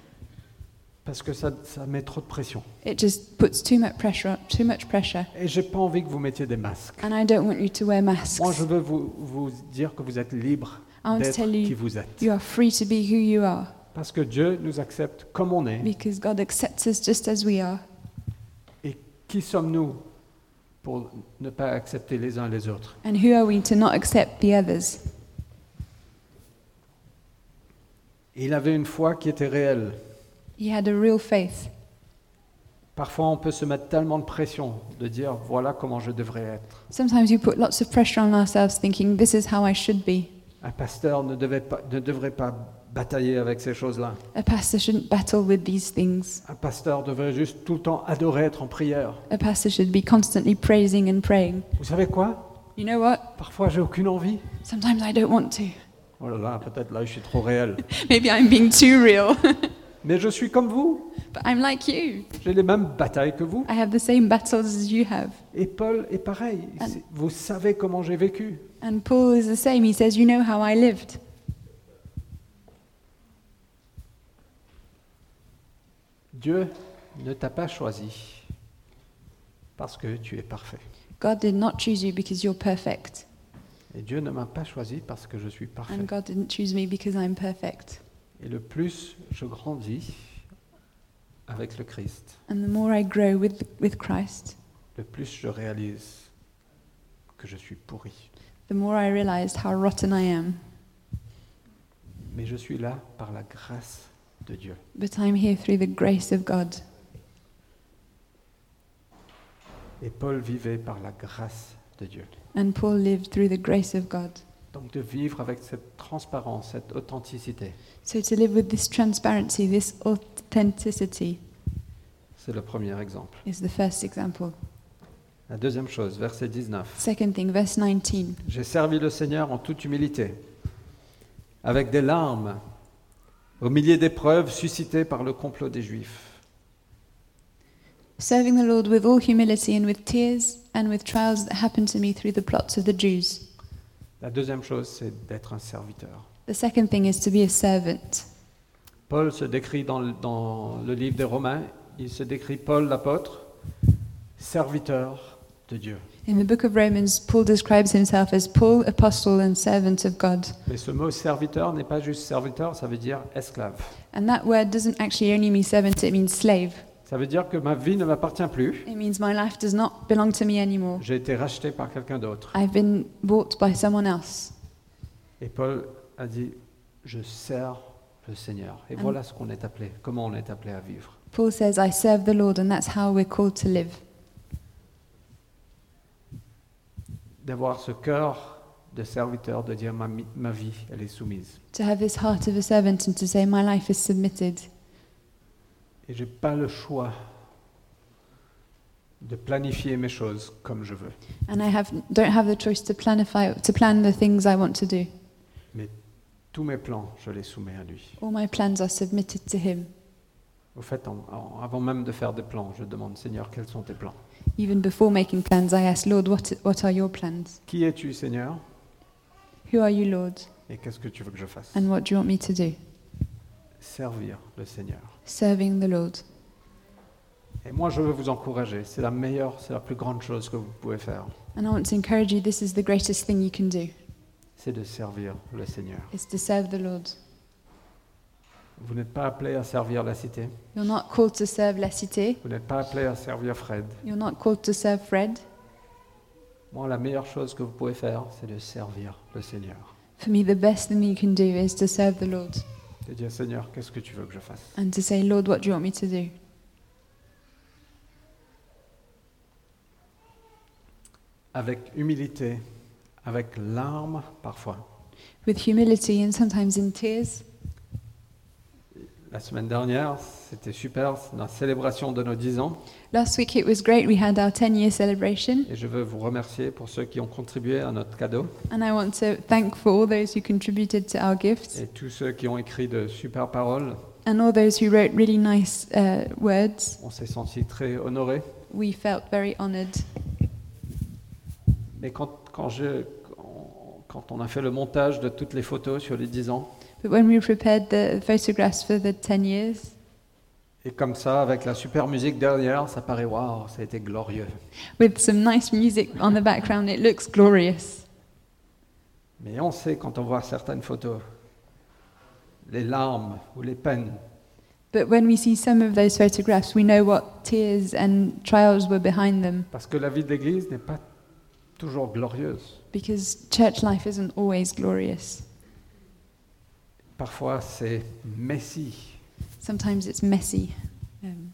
S1: Parce que ça, ça met trop de pression.
S2: It just puts too much pressure, too much pressure,
S1: Et j'ai pas envie que vous mettiez des masques.
S2: and I don't want you to wear
S1: Moi, je
S2: masks.
S1: veux vous, vous dire que vous êtes libre
S2: I want to
S1: d'être
S2: tell
S1: qui
S2: you,
S1: vous êtes.
S2: you are free to be who you are
S1: Parce que Dieu nous accepte comme on est.
S2: because God accepts us just as we are.
S1: Et qui sommes-nous pour ne pas accepter les uns les autres
S2: And who are we to not accept the others?
S1: Et Il avait une foi qui était réelle.
S2: He had a real faith.
S1: Parfois, on peut se mettre tellement de pression de dire voilà comment je devrais être.
S2: Sometimes you put lots of pressure on ourselves thinking, this is how I should be.
S1: Un pasteur ne, devait pas- ne devrait pas batailler avec ces choses-là.
S2: A pastor shouldn't battle with these things.
S1: Un pasteur devrait juste tout le temps adorer, être en prière.
S2: A pastor should be constantly praising and praying.
S1: Vous savez quoi
S2: You know what?
S1: Parfois, j'ai aucune envie.
S2: Sometimes I don't want to.
S1: Oh là là, peut-être là, je suis trop réel.
S2: Maybe I'm being too real,
S1: Mais je suis comme vous.
S2: but I'm like you.
S1: J'ai les mêmes batailles que vous.
S2: I have the same battles as you have.
S1: Et Paul est pareil.
S2: Ah.
S1: C'est- Vous savez comment j'ai vécu.
S2: And Paul is the same. He says, You know how I lived.
S1: Dieu ne t'a pas choisi parce que tu es parfait.
S2: God did not choose you because you're perfect,
S1: Et Dieu ne m'a pas choisi parce que je suis parfait.
S2: and God didn't choose me because I'm perfect.
S1: Et le plus je grandis avec le Christ,
S2: And the more I grow with, with Christ,
S1: le plus je réalise que je suis pourri.
S2: the more I realized how rotten I am.
S1: Mais je suis là par la grâce de Dieu.
S2: But I'm here through the grace of God.
S1: Et Paul vivait par la grâce de Dieu.
S2: And Paul lived through the grace of God.
S1: Donc de vivre avec cette transparence, cette authenticité,
S2: So to live with this transparency, this authenticity,
S1: c'est le premier exemple.
S2: is the first example.
S1: La deuxième chose, verset 19.
S2: Second thing, verse 19.
S1: J'ai servi le Seigneur en toute humilité, avec des larmes, au milieu d'épreuves suscitées par le complot des Juifs.
S2: Serving the Lord with all humility and with tears and with trials that happened to me through the plots of the Jews.
S1: La deuxième chose, c'est d'être un serviteur.
S2: The second thing is to be a servant.
S1: Paul se décrit dans le, dans le livre des Romains, il se décrit Paul l'apôtre, serviteur de Dieu.
S2: In the book of Romans, Paul describes himself as Paul, apostle, and servant of God.
S1: Mais ce mot serviteur n'est pas juste serviteur, ça veut dire esclave.
S2: And that word doesn't actually only mean servant, it means slave.
S1: Ça veut dire que ma vie ne m'appartient plus,
S2: It means my life does not belong to me anymore.
S1: j'ai été racheté par quelqu'un d'autre.
S2: I've been bought by someone else.
S1: Et Paul a dit, je sers le Seigneur. Et
S2: Amen.
S1: voilà ce qu'on est appelé, comment on est appelé à vivre.
S2: Paul says, I serve the Lord, and that's how we're called to live.
S1: D'avoir ce cœur de serviteur, de dire ma, mi- ma vie, elle est soumise.
S2: To have this heart of a servant and to say, My life is submitted.
S1: Et j'ai pas le choix de planifier mes choses comme je veux.
S2: And I have, don't have the choice to, planify, to plan the things I want to do.
S1: Tous mes plans, je les soumets à lui.
S2: All my plans are submitted to Him.
S1: Au fait, en- en- avant même de faire des plans, je demande Seigneur, quels sont tes plans
S2: Even before making plans, I ask, Lord, what, what are your plans?
S1: Qui es-tu, Seigneur
S2: Who are you, Lord?
S1: Et qu'est-ce que tu veux que je fasse
S2: And what do you want me to do?
S1: Servir le Seigneur.
S2: Serving the Lord.
S1: Et moi, je veux vous encourager. C'est la meilleure, c'est la plus grande chose que vous pouvez faire.
S2: And I want to encourage you this is the greatest thing you can do.
S1: c'est de servir le Seigneur.
S2: is to serve the Lord.
S1: Vous n'êtes pas appelé à servir la cité,
S2: You're not called to serve La Cité.
S1: vous n'êtes pas appelé à servir Fred.
S2: You're not called to serve Fred.
S1: Moi, la meilleure chose que vous pouvez faire, c'est de servir le Seigneur.
S2: For me, the best thing you can do is to serve the Lord
S1: De dire, Seigneur, qu'est-ce que tu veux que je fasse
S2: and to say, Lord, what do you want me to do?
S1: Avec humilité, avec larmes parfois.
S2: With humility and sometimes in tears.
S1: La semaine dernière, c'était super, c'est la célébration de nos 10 ans.
S2: Last week it was great. We had our 10 year celebration,
S1: Et je veux vous remercier pour ceux qui ont contribué à notre cadeau
S2: and I want to thank for all those who contributed to our gifts
S1: et tous ceux qui ont écrit de super paroles.
S2: and all those who wrote really nice uh, words.
S1: On s'est sentis très honorés.
S2: We felt very honored.
S1: Mais quand, quand, je, quand on a fait le montage de toutes les photos sur les 10 ans,
S2: But when we prepared the photographs for the 10 years,
S1: et comme ça, avec la super musique derrière, ça paraît waouh, ça a été glorieux.
S2: with some nice music on the background, it looks glorious.
S1: Mais on sait quand on voit certaines photos, les larmes ou les peines,
S2: But when we see some of those photographs, we know what tears and trials were behind them
S1: parce que la vie de l'Église n'est pas toujours glorieuse.
S2: because church life isn't always glorious.
S1: Parfois, c'est messie.
S2: Sometimes it's messy. Um,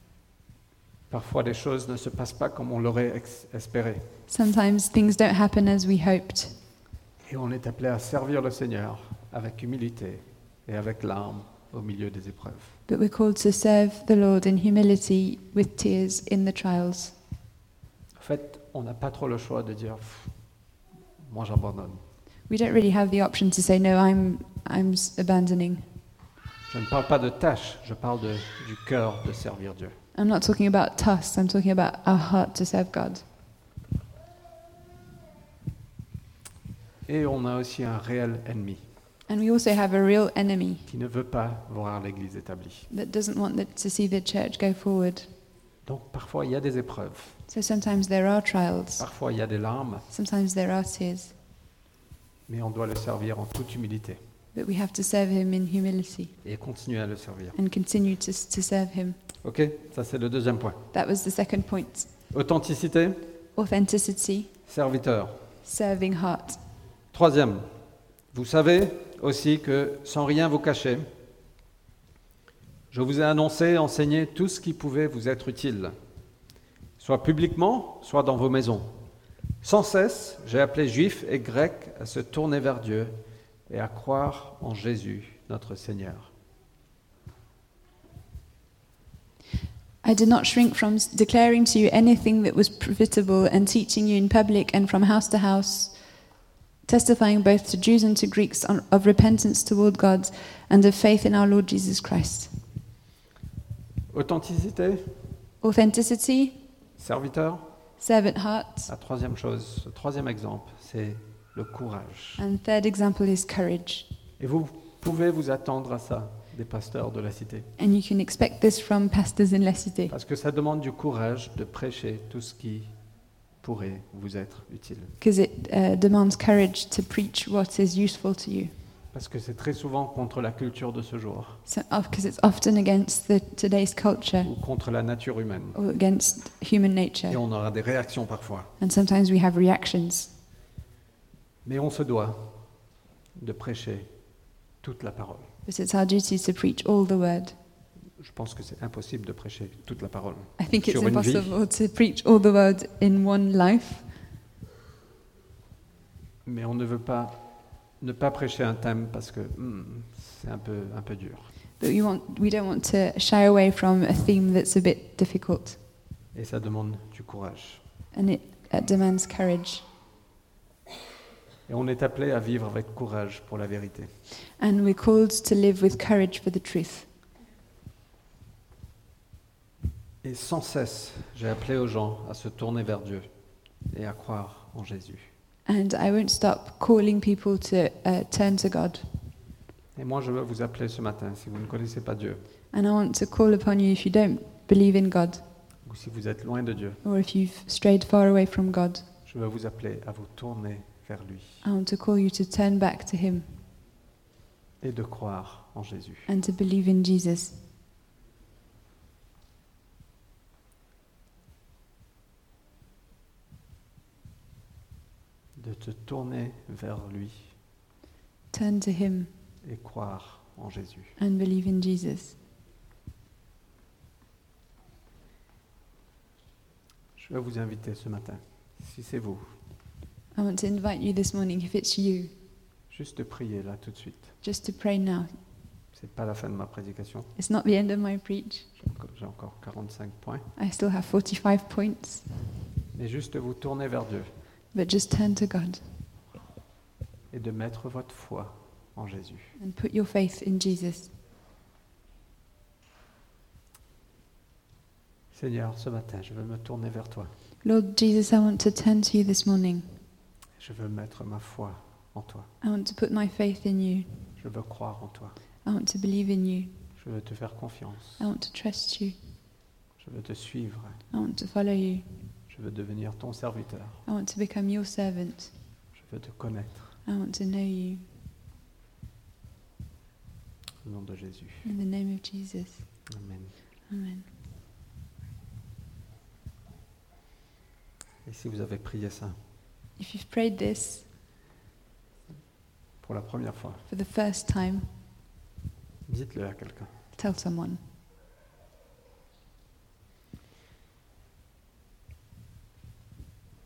S1: Parfois, les choses ne se passent pas comme on l'aurait ex- espéré.
S2: sometimes things don't happen as we hoped.
S1: Et on est appelé à servir le Seigneur avec humilité et avec larmes au milieu des épreuves.
S2: But we're called to serve the Lord in humility with tears in the trials.
S1: En fait, on n'a pas trop le choix de dire Pff, Moi, j'abandonne.
S2: We don't really have the option to say, no, I'm, I'm s- abandoning.
S1: Je ne parle pas de tâches, je parle de- du cœur de servir Dieu.
S2: I'm not talking about tasks, I'm talking about our heart to serve God.
S1: Et on a aussi un réel ennemi
S2: And we also have a real enemy
S1: qui ne veut pas voir l'Église établie.
S2: that doesn't want the, to see the church go forward.
S1: Donc, parfois, il y a des épreuves,
S2: So sometimes there are trials,
S1: parfois, il y a des larmes,
S2: sometimes there are tears,
S1: mais on doit le servir en toute humilité
S2: but we have to serve Him in humility
S1: et continuer à le servir.
S2: and continue to, to serve Him.
S1: Ok Ça, c'est le deuxième point.
S2: That was the second point
S1: Authenticité,
S2: authenticity,
S1: serviteur.
S2: serving heart.
S1: Troisième, vous savez aussi que sans rien vous cacher, je vous ai annoncé et enseigné tout ce qui pouvait vous être utile, soit publiquement, soit dans vos maisons. Sans cesse, j'ai appelé juifs et grecs à se tourner vers Dieu et à croire en Jésus, notre Seigneur.
S2: I did not shrink from s- declaring to you anything that was profitable and teaching you in public and from house to house, testifying both to Jews and to Greeks on, of repentance toward God and of faith in our Lord Jesus Christ.
S1: Authenticité,
S2: Authenticity,
S1: serviteur.
S2: servant heart,
S1: La troisième chose, le troisième exemple, c'est le courage.
S2: and third example is courage.
S1: Et vous pouvez vous attendre à ça des pasteurs de la cité.
S2: And you can expect this from pastors in La Cité
S1: Parce que ça demande du courage de prêcher tout ce qui pourrait vous être utile.
S2: because it uh, demands courage to preach what is useful to you.
S1: Parce que c'est très souvent contre la culture de ce jour
S2: So, because it's often against the, today's culture
S1: ou contre la nature humaine.
S2: or against human nature.
S1: Et on aura des réactions parfois.
S2: And sometimes we have reactions.
S1: Mais on se doit de prêcher toute la parole.
S2: But it's our duty to preach all the word.
S1: Je pense que c'est impossible de prêcher toute la parole.
S2: I think it's
S1: Sur une vie.
S2: impossible to preach all the word in one life,
S1: Mais on ne veut pas ne pas prêcher un thème parce que hmm, c'est un peu, un peu dur.
S2: but we, want, we don't want to shy away from a theme that's a bit difficult
S1: Et ça demande du courage.
S2: and it, it demands courage.
S1: Et on est appelé à vivre avec courage pour la vérité.
S2: And we're called to live with courage for the truth.
S1: Et sans cesse, j'ai appelé aux gens à se tourner vers Dieu et à croire en Jésus.
S2: And I won't stop calling people to uh, turn to God.
S1: Et moi, je veux vous appeler ce matin, si vous ne connaissez pas Dieu,
S2: And I want to call upon you if you don't believe in God
S1: ou si vous êtes loin de Dieu,
S2: or if you've strayed far away from God.
S1: je veux vous appeler à vous tourner vers lui
S2: I want to call you to turn back to Him
S1: et de croire en Jésus.
S2: and to believe in Jesus.
S1: De te tourner vers lui
S2: Turn to Him
S1: et croire en Jésus.
S2: and believe in Jesus.
S1: Je vais vous inviter ce matin, si c'est vous,
S2: I want to invite you this morning, if it's you,
S1: juste de prier là tout de suite.
S2: just to pray now.
S1: C'est pas la fin de ma prédication.
S2: It's not the end of my preach.
S1: J'ai encore- J'ai encore 45 points.
S2: I still have 45 points,
S1: Mais juste de vous tourner vers Dieu
S2: but just turn to God
S1: et de mettre votre foi en Jésus.
S2: and put your faith in Jesus.
S1: Seigneur, ce matin, je veux me tourner vers toi.
S2: Lord Jesus, I want to turn to you this morning.
S1: Je veux mettre ma foi en toi.
S2: I want to put my faith in you.
S1: Je veux croire en toi.
S2: I want to believe in you.
S1: Je veux te faire confiance.
S2: I want to trust you.
S1: Je veux te suivre.
S2: I want to follow you.
S1: Je veux devenir ton serviteur.
S2: I want to become your servant.
S1: Je veux te connaître.
S2: I want to know you.
S1: Au nom de Jésus.
S2: In the name of Jesus.
S1: Amen.
S2: Amen.
S1: Et si vous avez prié ça
S2: If you've prayed this
S1: pour la première fois,
S2: for the first time,
S1: dites-le à quelqu'un.
S2: tell someone.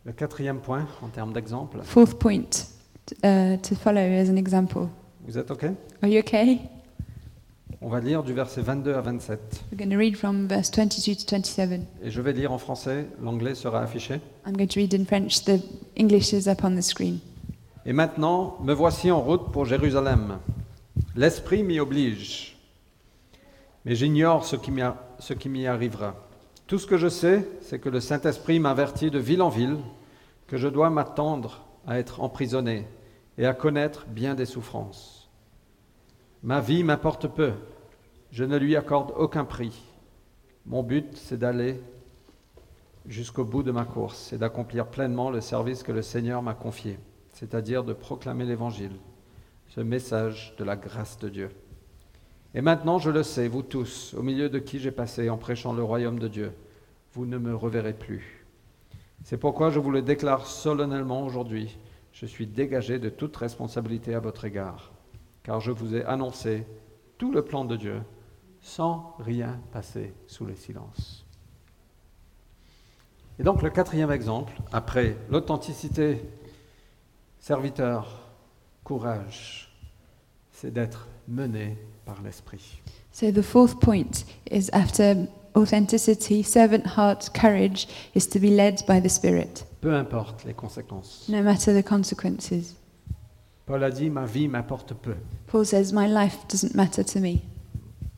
S1: Le quatrième point, en termes d'exemple,
S2: Fourth point t- uh, to follow as an example.
S1: vous êtes OK
S2: Are you okay?
S1: On va lire du verset 22 à 27.
S2: We're going to read from verse 22 to 27.
S1: Et je vais lire en français, l'anglais sera affiché.
S2: I'm going to read in French. The English is up on the screen.
S1: Et maintenant, me voici en route pour Jérusalem. L'Esprit m'y oblige. Mais j'ignore ce qui m'y a- ce qui m'y arrivera. Tout ce que je sais, c'est que le Saint-Esprit m'avertit de ville en ville que je dois m'attendre à être emprisonné et à connaître bien des souffrances. Ma vie m'importe peu. Je ne lui accorde aucun prix. Mon but, c'est d'aller jusqu'au bout de ma course et d'accomplir pleinement le service que le Seigneur m'a confié c'est-à-dire de proclamer l'Évangile, ce message de la grâce de Dieu. Et maintenant, je le sais, vous tous, au milieu de qui j'ai passé en prêchant le royaume de Dieu, vous ne me reverrez plus. C'est pourquoi je vous le déclare solennellement aujourd'hui, je suis dégagé de toute responsabilité à votre égard, car je vous ai annoncé tout le plan de Dieu sans rien passer sous le silence. Et donc le quatrième exemple, après l'authenticité Serviteur, courage, c'est d'être mené par l'Esprit.
S2: So the fourth point is after authenticity, servant heart, courage is to be led by the Spirit,
S1: Peu importe les conséquences.
S2: no matter the consequences.
S1: Paul a dit, ma vie m'importe peu.
S2: Paul says, My life doesn't matter to me.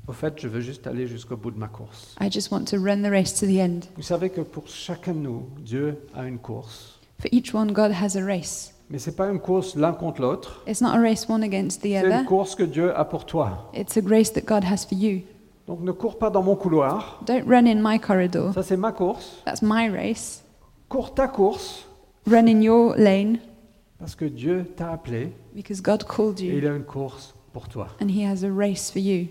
S1: Au fait, je veux juste aller jusqu'au bout de ma course.
S2: I just want to run the race to the end.
S1: Vous savez que pour chacun de nous, Dieu a une course.
S2: For each one, God has a race.
S1: Mais ce n'est pas une course l'un contre l'autre.
S2: It's not a race one against the
S1: C'est une
S2: other,
S1: course que Dieu a pour toi.
S2: it's a race that God has for you.
S1: Donc ne cours pas dans mon couloir.
S2: Don't run in my corridor.
S1: Ça, c'est ma course.
S2: That's my race.
S1: Cours ta course
S2: Run in your lane
S1: parce que Dieu t'a appelé
S2: because God called
S1: et il
S2: you
S1: a une course pour toi.
S2: and He has a race for you.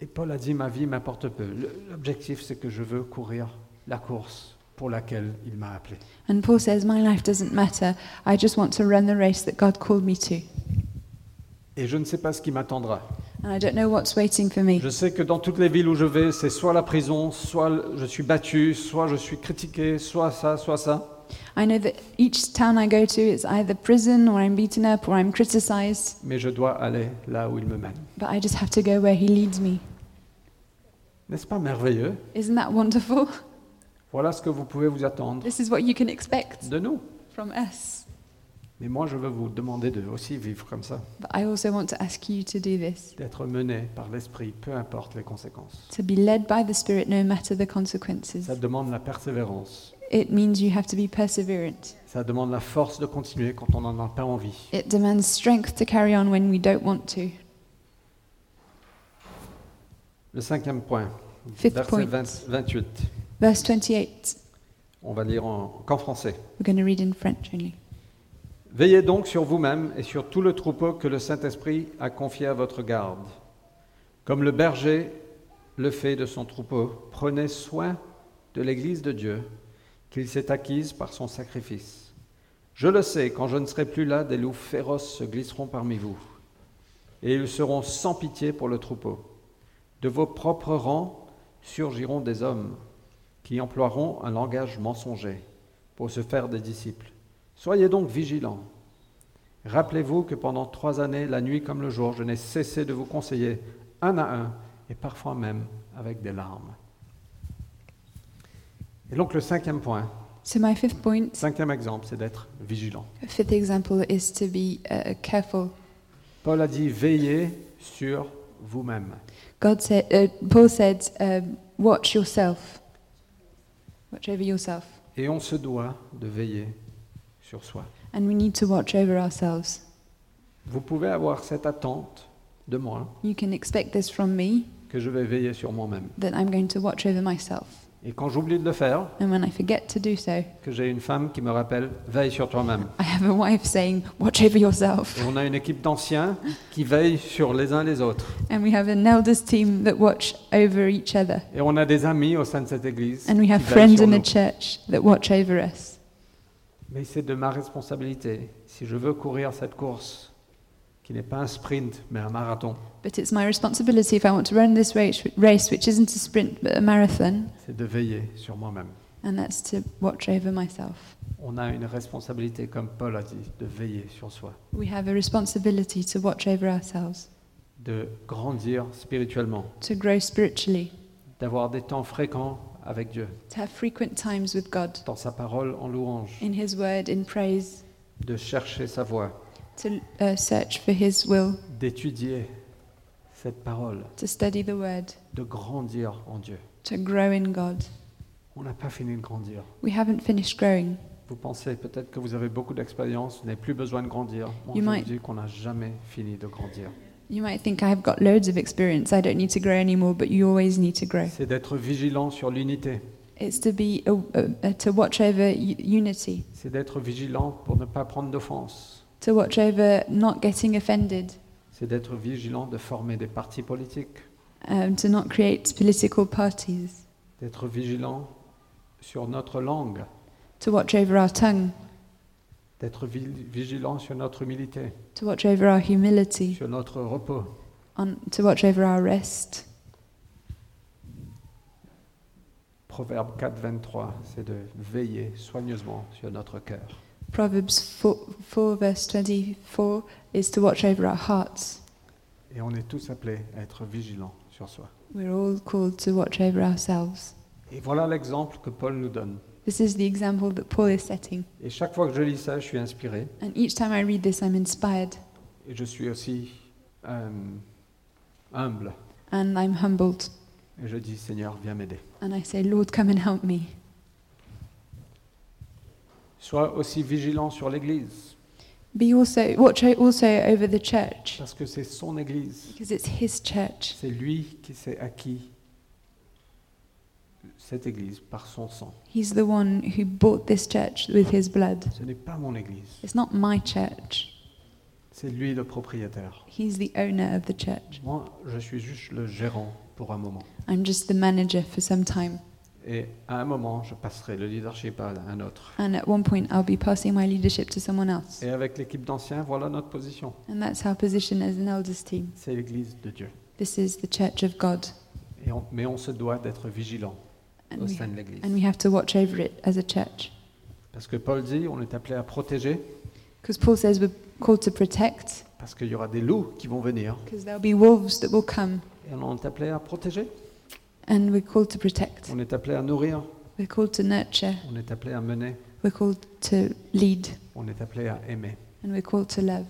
S1: Et Paul a dit, ma vie m'importe peu. Le- L'objectif, c'est que je veux courir la course pour laquelle il m'a appelé.
S2: And Paul says, My life doesn't matter. I just want to run the race that God called me to.
S1: Et je ne sais pas ce qui m'attendra.
S2: And I don't know what's waiting for me.
S1: Je sais que dans toutes les villes où je vais, c'est soit la prison, soit le- je suis battu, soit je suis critiqué, soit ça, soit ça.
S2: I know that each town I go to, it's either prison or I'm beaten up or I'm criticized,
S1: Mais je dois aller là où il me mène.
S2: but I just have to go where He leads me.
S1: N'est-ce pas merveilleux
S2: Isn't that wonderful?
S1: Voilà ce que vous pouvez vous attendre
S2: This is what you can expect
S1: de nous.
S2: from us.
S1: Mais moi, je veux vous demander de aussi vivre comme ça,
S2: But I also want to ask you to do this
S1: d'être mené par l'esprit, peu importe les conséquences.
S2: to be led by the Spirit no matter the consequences.
S1: Ça demande la persévérance,
S2: It means you have to be perseverant.
S1: ça demande la force de continuer quand on n'en a pas envie.
S2: It demands strength to carry on when we don't want to.
S1: Le cinquième point,
S2: Fifth
S1: verset
S2: point.
S1: 20 28.
S2: Verse 28,
S1: On va lire en, qu'en français.
S2: we're going to read in French only.
S1: Veillez donc sur vous-même et sur tout le troupeau que le Saint-Esprit a confié à votre garde. Comme le berger le fait de son troupeau, prenez soin de l'Église de Dieu qu'il s'est acquise par son sacrifice. Je le sais, quand je ne serai plus là, des loups féroces se glisseront parmi vous, et ils seront sans pitié pour le troupeau. De vos propres rangs surgiront des hommes qui emploieront un langage mensonger pour se faire des disciples. Soyez donc vigilants. Rappelez-vous que pendant trois années, la nuit comme le jour, je n'ai cessé de vous conseiller, un à un, et parfois même avec des larmes. Et donc le cinquième point,
S2: So my fifth point,
S1: cinquième exemple, c'est d'être vigilant.
S2: fifth example is to be uh, careful.
S1: Paul a dit, veillez sur vous-même.
S2: God said, uh, Paul said, um, watch yourself. Watch over yourself.
S1: Et on se doit de veiller sur soi.
S2: And we need to watch over ourselves.
S1: Vous pouvez avoir cette attente de moi
S2: You can expect this from me
S1: que je vais veiller sur moi-même.
S2: that I'm going to watch over myself.
S1: Et quand j'oublie de le faire,
S2: And when I forget to do so,
S1: que j'ai une femme qui me rappelle, veille sur toi-même.
S2: I have a wife saying, watch over yourself.
S1: Et on a une équipe d'anciens qui veille sur les uns les autres.
S2: And we have an elders team that watch over each other.
S1: Et on a des amis au sein de cette église.
S2: And we
S1: qui
S2: have
S1: veillent
S2: friends
S1: sur
S2: in
S1: nous.
S2: the church that watch over us.
S1: Mais c'est de ma responsabilité, si je veux courir cette course, qui n'est pas un sprint, mais un marathon,
S2: But it's my responsibility if I want to run this race, race which isn't a sprint but a marathon,
S1: c'est de veiller sur moi-même.
S2: and that's to watch over myself.
S1: On a une responsabilité, comme Paul a dit, de veiller sur soi,
S2: We have a responsibility to watch over ourselves,
S1: de grandir spirituellement,
S2: to grow spiritually,
S1: d'avoir des temps fréquents avec Dieu,
S2: to have frequent times with God,
S1: dans sa parole en louange,
S2: in His Word, in praise,
S1: de chercher sa voix,
S2: to uh, search for His will,
S1: d'étudier cette parole,
S2: to study the Word,
S1: de grandir en Dieu.
S2: to grow in God.
S1: On n'a pas fini de grandir.
S2: We haven't finished growing.
S1: Vous pensez peut-être que vous avez beaucoup d'expérience, vous n'avez plus besoin de grandir. Moi,
S2: You
S1: je
S2: might-
S1: vous dis qu'on n'a jamais fini de grandir.
S2: You might think I've got loads of experience, I don't need to grow anymore, but you always need to grow.
S1: C'est d'être vigilant sur l'unité.
S2: It's to be a, a, a- to watch over u- unity,
S1: C'est d'être vigilant pour ne pas prendre d'offense.
S2: to watch over not getting offended,
S1: C'est d'être vigilant de former des partis politiques.
S2: um, to not create political parties,
S1: D'être vigilant sur notre langue.
S2: to watch over our tongue,
S1: D'être vi- vigilant sur notre humilité,
S2: to watch over our humility,
S1: sur notre repos.
S2: on, to watch over our rest.
S1: Proverbe 4, 23, c'est de veiller soigneusement sur notre cœur.
S2: Proverbs 4, 4 verse 24 is to watch over our hearts.
S1: Et on est tous appelés à être vigilants sur soi.
S2: We're all called to watch over ourselves.
S1: Et voilà l'exemple que Paul nous donne.
S2: This is the example that Paul is setting.
S1: Et chaque fois que je lis ça, je suis inspiré.
S2: And each time I read this, I'm inspired
S1: Et je suis aussi euh, humble.
S2: and I'm humbled.
S1: Et je dis, Seigneur, viens m'aider.
S2: And I say, Lord, come and help me.
S1: Sois aussi vigilant sur l'Église,
S2: Be also watch o- also over the church
S1: parce que c'est son Église.
S2: because it's His church.
S1: C'est lui qui s'est acquis cette Église par son sang.
S2: He's the one who bought this church with His blood.
S1: Ce n'est pas mon Église,
S2: It's not my church.
S1: c'est lui le propriétaire.
S2: He's the owner of the church.
S1: Moi, je suis juste le gérant pour un moment.
S2: I'm just the manager for some time,
S1: Et à un moment, je passerai le leadership à un autre.
S2: and at one point I'll be passing my leadership to someone else.
S1: Et avec l'équipe d'anciens, voilà notre position.
S2: And that's our position as an elders team.
S1: C'est l'Église de Dieu.
S2: This is the church of God,
S1: Et on- mais on se doit d'être vigilant
S2: and
S1: au
S2: we,
S1: sein de l'Église.
S2: and we have to watch over it as a church.
S1: Parce que Paul dit, on est appelé à protéger,
S2: Because Paul says we're called to protect,
S1: parce qu'il y aura des loups qui vont venir.
S2: because there'll be wolves that will come,
S1: Et on est appelé à protéger,
S2: and we're called to protect.
S1: on est appelé à nourrir,
S2: We're called to nurture.
S1: on est appelé à mener,
S2: We're called to lead
S1: on est appelé à aimer.
S2: and we're called to love.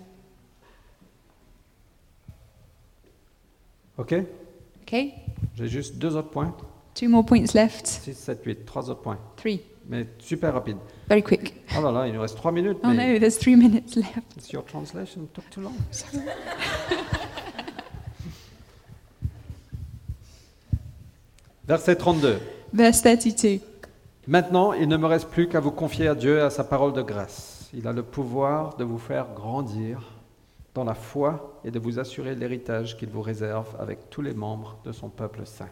S1: Ok
S2: Okay?
S1: J'ai juste deux autres points.
S2: Two more points left.
S1: 6, 7, 8, trois autres points.
S2: Three.
S1: Mais super rapide.
S2: Very quick.
S1: Oh là là, il nous reste trois minutes,
S2: Oh
S1: mais
S2: no, there's three minutes left.
S1: it's your translation took too long. Verset 32.
S2: Verse 32.
S1: Maintenant, il ne me reste plus qu'à vous confier à Dieu et à sa parole de grâce. promesse. Il a le pouvoir de vous faire grandir dans la foi et de vous assurer l'héritage qu'il vous réserve avec tous les membres de son peuple saint.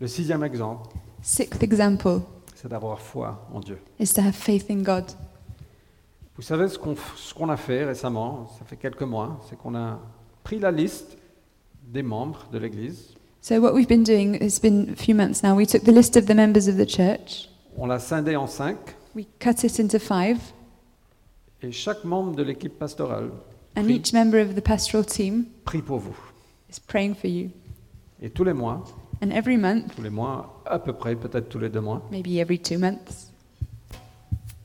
S1: Le sixième exemple,
S2: Sixth example
S1: c'est d'avoir foi en Dieu.
S2: is to have faith in God.
S1: Vous savez ce qu'on f- ce qu'on a fait récemment, ça fait quelques mois, c'est qu'on a pris la liste des membres de l'Église,
S2: So, what we've been doing, it's been a few months now, we took the list of the members of the church,
S1: on l'a scindée en cinq,
S2: we cut it into five,
S1: et chaque membre de l'équipe pastorale
S2: and
S1: Three.
S2: each member of the pastoral team
S1: prie pour vous.
S2: is praying for you.
S1: Et tous les mois,
S2: And every month,
S1: tous les mois à peu près, peut-être tous les deux mois,
S2: maybe every two months,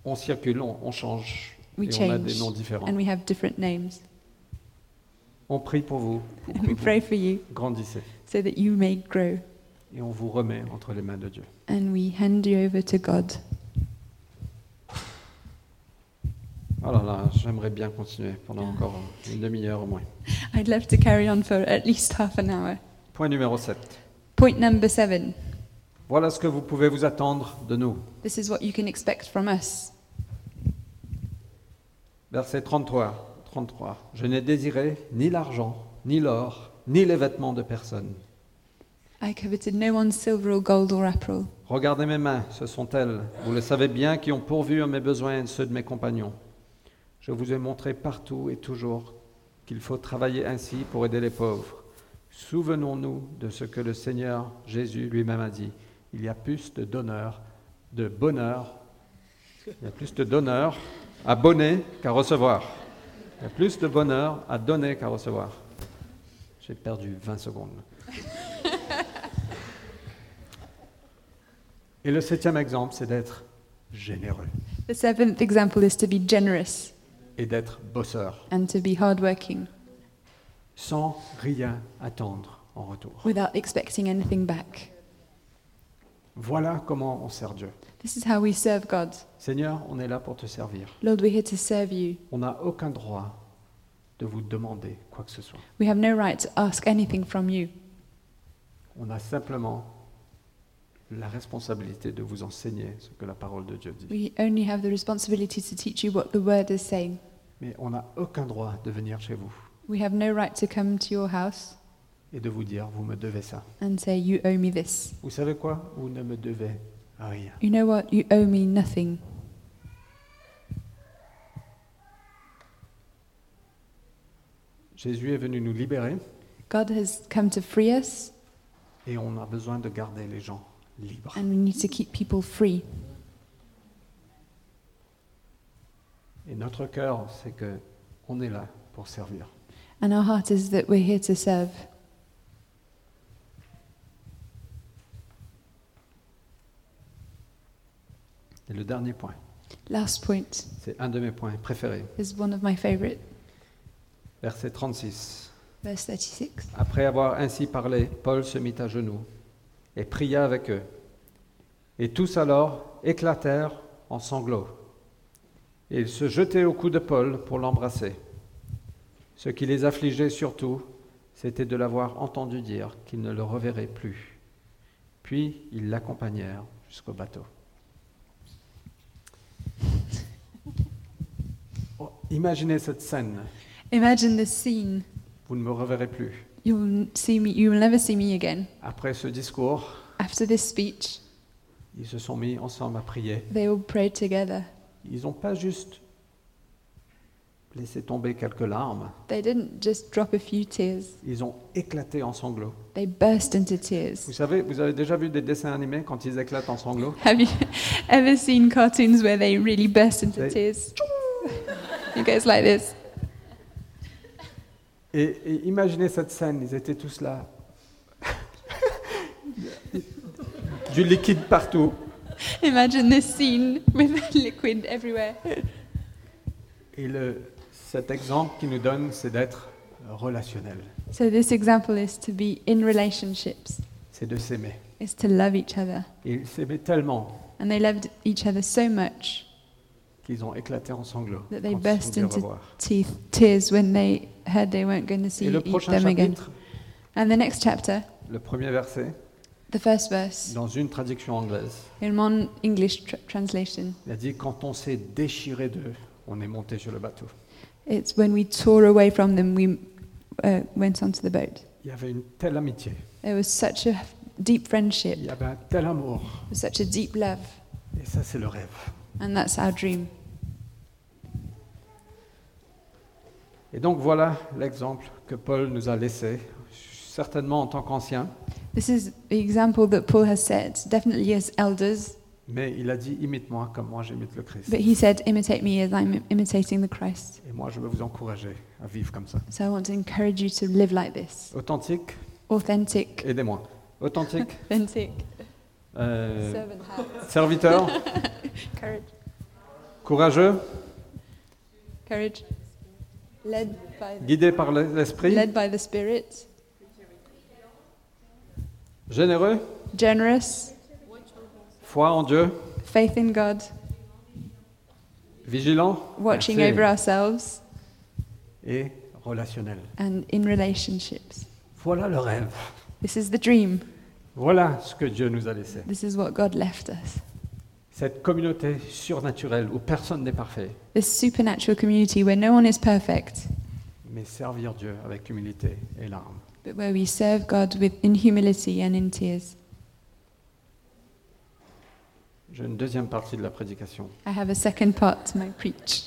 S1: on circule, on, on change,
S2: we
S1: et on a des
S2: change
S1: noms différents.
S2: and we have different names.
S1: On prie pour vous, pour
S2: And
S1: que
S2: we
S1: vous
S2: pray for you
S1: grandissez,
S2: so that you may grow.
S1: et on vous remet entre les mains de Dieu.
S2: And we hand you over to God.
S1: Alors Oh là, j'aimerais bien continuer pendant encore une demi-heure au moins.
S2: I'd love to carry on for at least half an hour.
S1: Point numéro 7.
S2: Point number seven
S1: Voilà ce que vous pouvez vous attendre de nous.
S2: this is what you can expect from us.
S1: Verset 33. 33. Je n'ai désiré ni l'argent, ni l'or, ni les vêtements de personne.
S2: I coveted no one's silver or gold or apparel.
S1: Regardez mes mains, ce sont elles, vous le savez bien, qui ont pourvu à mes besoins et ceux de mes compagnons. Je vous ai montré partout et toujours qu'il faut travailler ainsi pour aider les pauvres. Souvenons-nous de ce que le Seigneur Jésus lui-même a dit. Il y a plus de donneurs, de bonheur, il y a plus de donneurs à bonner qu'à recevoir. Il y a plus de bonheur à donner qu'à recevoir. J'ai perdu 20 secondes. Et le septième exemple, c'est d'être généreux
S2: The seventh example is to be generous
S1: et d'être bosseur,
S2: and to be hardworking
S1: sans rien attendre en retour.
S2: without expecting anything back.
S1: Voilà comment on sert Dieu.
S2: This is how we serve God.
S1: Seigneur, on est là pour te servir.
S2: Lord, we're here to serve you.
S1: On n'a aucun droit de vous demander quoi que ce soit.
S2: We have no right to ask anything from you.
S1: On a simplement la responsabilité de vous enseigner ce que la parole de Dieu dit.
S2: We only have the responsibility to teach you what the word is saying.
S1: Mais on n'a aucun droit de venir chez vous
S2: We have no right to come to your house
S1: et de vous dire, vous me devez ça.
S2: and say, You owe me this.
S1: Vous savez quoi Vous ne me devez rien.
S2: You know what? You owe me nothing.
S1: Jésus est venu nous libérer
S2: God has come to free us,
S1: et on a besoin de garder les gens libres.
S2: and we need to keep people free.
S1: Et notre cœur, c'est que on est là pour servir.
S2: And our heart is that we're here to serve.
S1: Et le dernier point,
S2: Last point
S1: c'est un de mes points préférés,
S2: is one of my favorite,
S1: verset 36.
S2: verse 36.
S1: Après avoir ainsi parlé, Paul se mit à genoux et pria avec eux. Et tous alors éclatèrent en sanglots. Et ils se jetaient au cou de Paul pour l'embrasser. Ce qui les affligeait surtout, c'était de l'avoir entendu dire qu'ils ne le reverraient plus. Puis ils l'accompagnèrent jusqu'au bateau. Oh, imaginez cette scène.
S2: Imagine this scene.
S1: Vous ne me reverrez plus.
S2: You'll n- see me. You will never see me again.
S1: Après ce discours,
S2: After this speech,
S1: Ils se sont mis ensemble à prier.
S2: they all prayed together.
S1: Ils n'ont pas juste laissé tomber quelques larmes,
S2: They didn't just drop a few tears.
S1: ils ont éclaté en sanglots.
S2: They burst into
S1: Vous
S2: tears.
S1: savez, vous avez déjà vu des dessins animés quand ils éclatent en sanglots
S2: Have you ever seen cartoons where they really burst into
S1: They-
S2: tears? you guys like this?
S1: et, et imaginez cette scène, ils étaient tous là. du liquide partout.
S2: Imagine this scene with liquid everywhere.
S1: Et le, cet exemple qui nous donne, c'est d'être relationnel,
S2: So this example is to be in relationships,
S1: c'est de s'aimer.
S2: is to love each other.
S1: Et ils s'aimaient tellement
S2: And they loved each other so much
S1: qu'ils ont éclaté en sanglots.
S2: that they
S1: quand ils se sont
S2: burst
S1: dit au
S2: into
S1: revoir.
S2: teeth, tears when they heard they weren't going to see
S1: Et le
S2: eat
S1: prochain
S2: them again.
S1: chapitre,
S2: And the next chapter,
S1: le premier verset,
S2: the the first verse
S1: dans une traduction anglaise.
S2: in one English tr- translation.
S1: Il a dit Quand on s'est déchiré d'eux, on est monté sur le bateau.
S2: It's when we tore away from them, we uh, went onto the boat.
S1: Il y avait une telle amitié,
S2: There was such a deep friendship,
S1: il y avait un tel amour.
S2: such a deep love,
S1: Et ça, c'est le rêve.
S2: and that's our dream.
S1: Et donc, voilà l'exemple que Paul nous a laissé, certainement en tant qu'ancien,
S2: This is the example that Paul has set, definitely as elders,
S1: mais il a dit Imite-moi comme moi j'imite le Christ.
S2: but he said, Imitate me as I'm imitating the Christ.
S1: Et moi, je veux vous encourager à vivre comme ça.
S2: So I want to encourage you to live like this
S1: Authentique,
S2: authentic,
S1: aidez-moi. Authentique,
S2: authentic,
S1: euh,
S2: servant heart,
S1: serviteur,
S2: courage,
S1: courageux,
S2: courage, led by,
S1: guidé par l'esprit,
S2: led by the Spirit,
S1: généreux,
S2: generous,
S1: foi en Dieu,
S2: faith in God,
S1: vigilant,
S2: watching
S1: merci,
S2: over ourselves,
S1: et relationnel.
S2: and in relationships.
S1: Voilà le rêve.
S2: This is the dream.
S1: Voilà ce que Dieu nous a laissé.
S2: This is what God left us.
S1: Cette communauté surnaturelle où personne n'est parfait,
S2: This supernatural community where no one is perfect,
S1: mais servir Dieu avec humilité et larmes.
S2: but where we serve God with in humility and in tears.
S1: J'ai une deuxième partie de la prédication,
S2: I have a second part to my preach,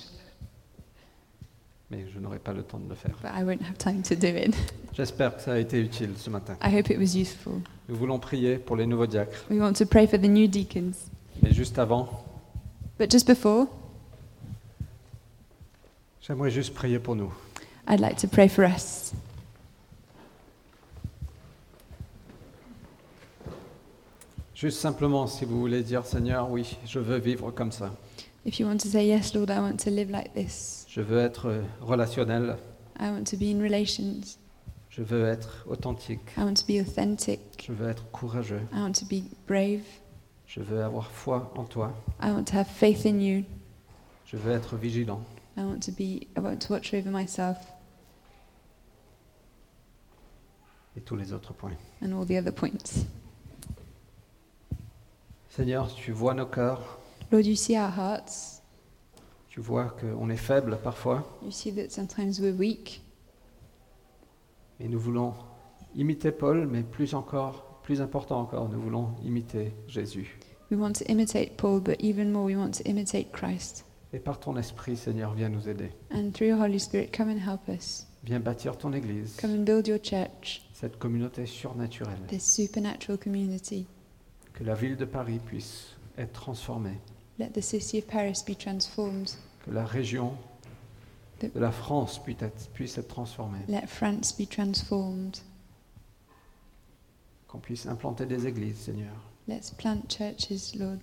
S1: mais je n'aurai pas le temps de le faire.
S2: but I won't have time to do it.
S1: J'espère que ça a été utile ce matin.
S2: I hope it was useful.
S1: Nous voulons prier pour les nouveaux diacres.
S2: We want to pray for the new deacons.
S1: Mais juste avant,
S2: But just before,
S1: j'aimerais juste prier pour nous.
S2: I'd like to pray for us.
S1: Juste simplement, si vous voulez dire, Seigneur, oui, je veux vivre comme ça.
S2: If you want to say, Yes, Lord, I want to live like this,
S1: Je veux être euh, relationnel.
S2: I want to be in relations,
S1: Je veux être authentique.
S2: I want to be authentic,
S1: Je veux être courageux.
S2: I want to be brave,
S1: Je veux avoir foi en toi.
S2: I want to have faith in you,
S1: Je veux être vigilant.
S2: I want to be, I want to watch over myself.
S1: Et tous les autres points.
S2: and all the other points.
S1: Seigneur, tu vois nos cœurs.
S2: Lord, you see our hearts.
S1: Tu vois qu'on est faible parfois.
S2: You see that sometimes we're weak,
S1: Et nous voulons imiter Paul, mais plus encore, plus important encore, nous voulons imiter Jésus.
S2: we want to imitate Paul, but even more, we want to imitate Christ.
S1: Et par ton esprit, Seigneur, viens nous aider.
S2: And through your Holy Spirit, come and help us.
S1: Viens bâtir ton Église,
S2: Come and build your church,
S1: cette communauté surnaturelle.
S2: this supernatural community.
S1: Que la ville de Paris puisse être transformée.
S2: Let the city of Paris be transformed.
S1: Que la région de la France puisse être, puisse être transformée.
S2: Let France be transformed.
S1: Qu'on puisse implanter des églises, Seigneur,
S2: Let's plant churches, Lord,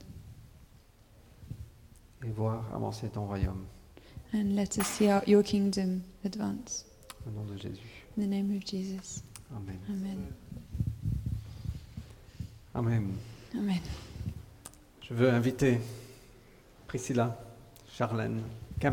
S1: et voir avancer ton royaume.
S2: and let us see our, your kingdom advance.
S1: Au nom de Jésus.
S2: In the name of Jesus.
S1: Amen.
S2: Amen.
S1: Amen.
S2: Amen.
S1: Je veux inviter Priscilla, Charlène,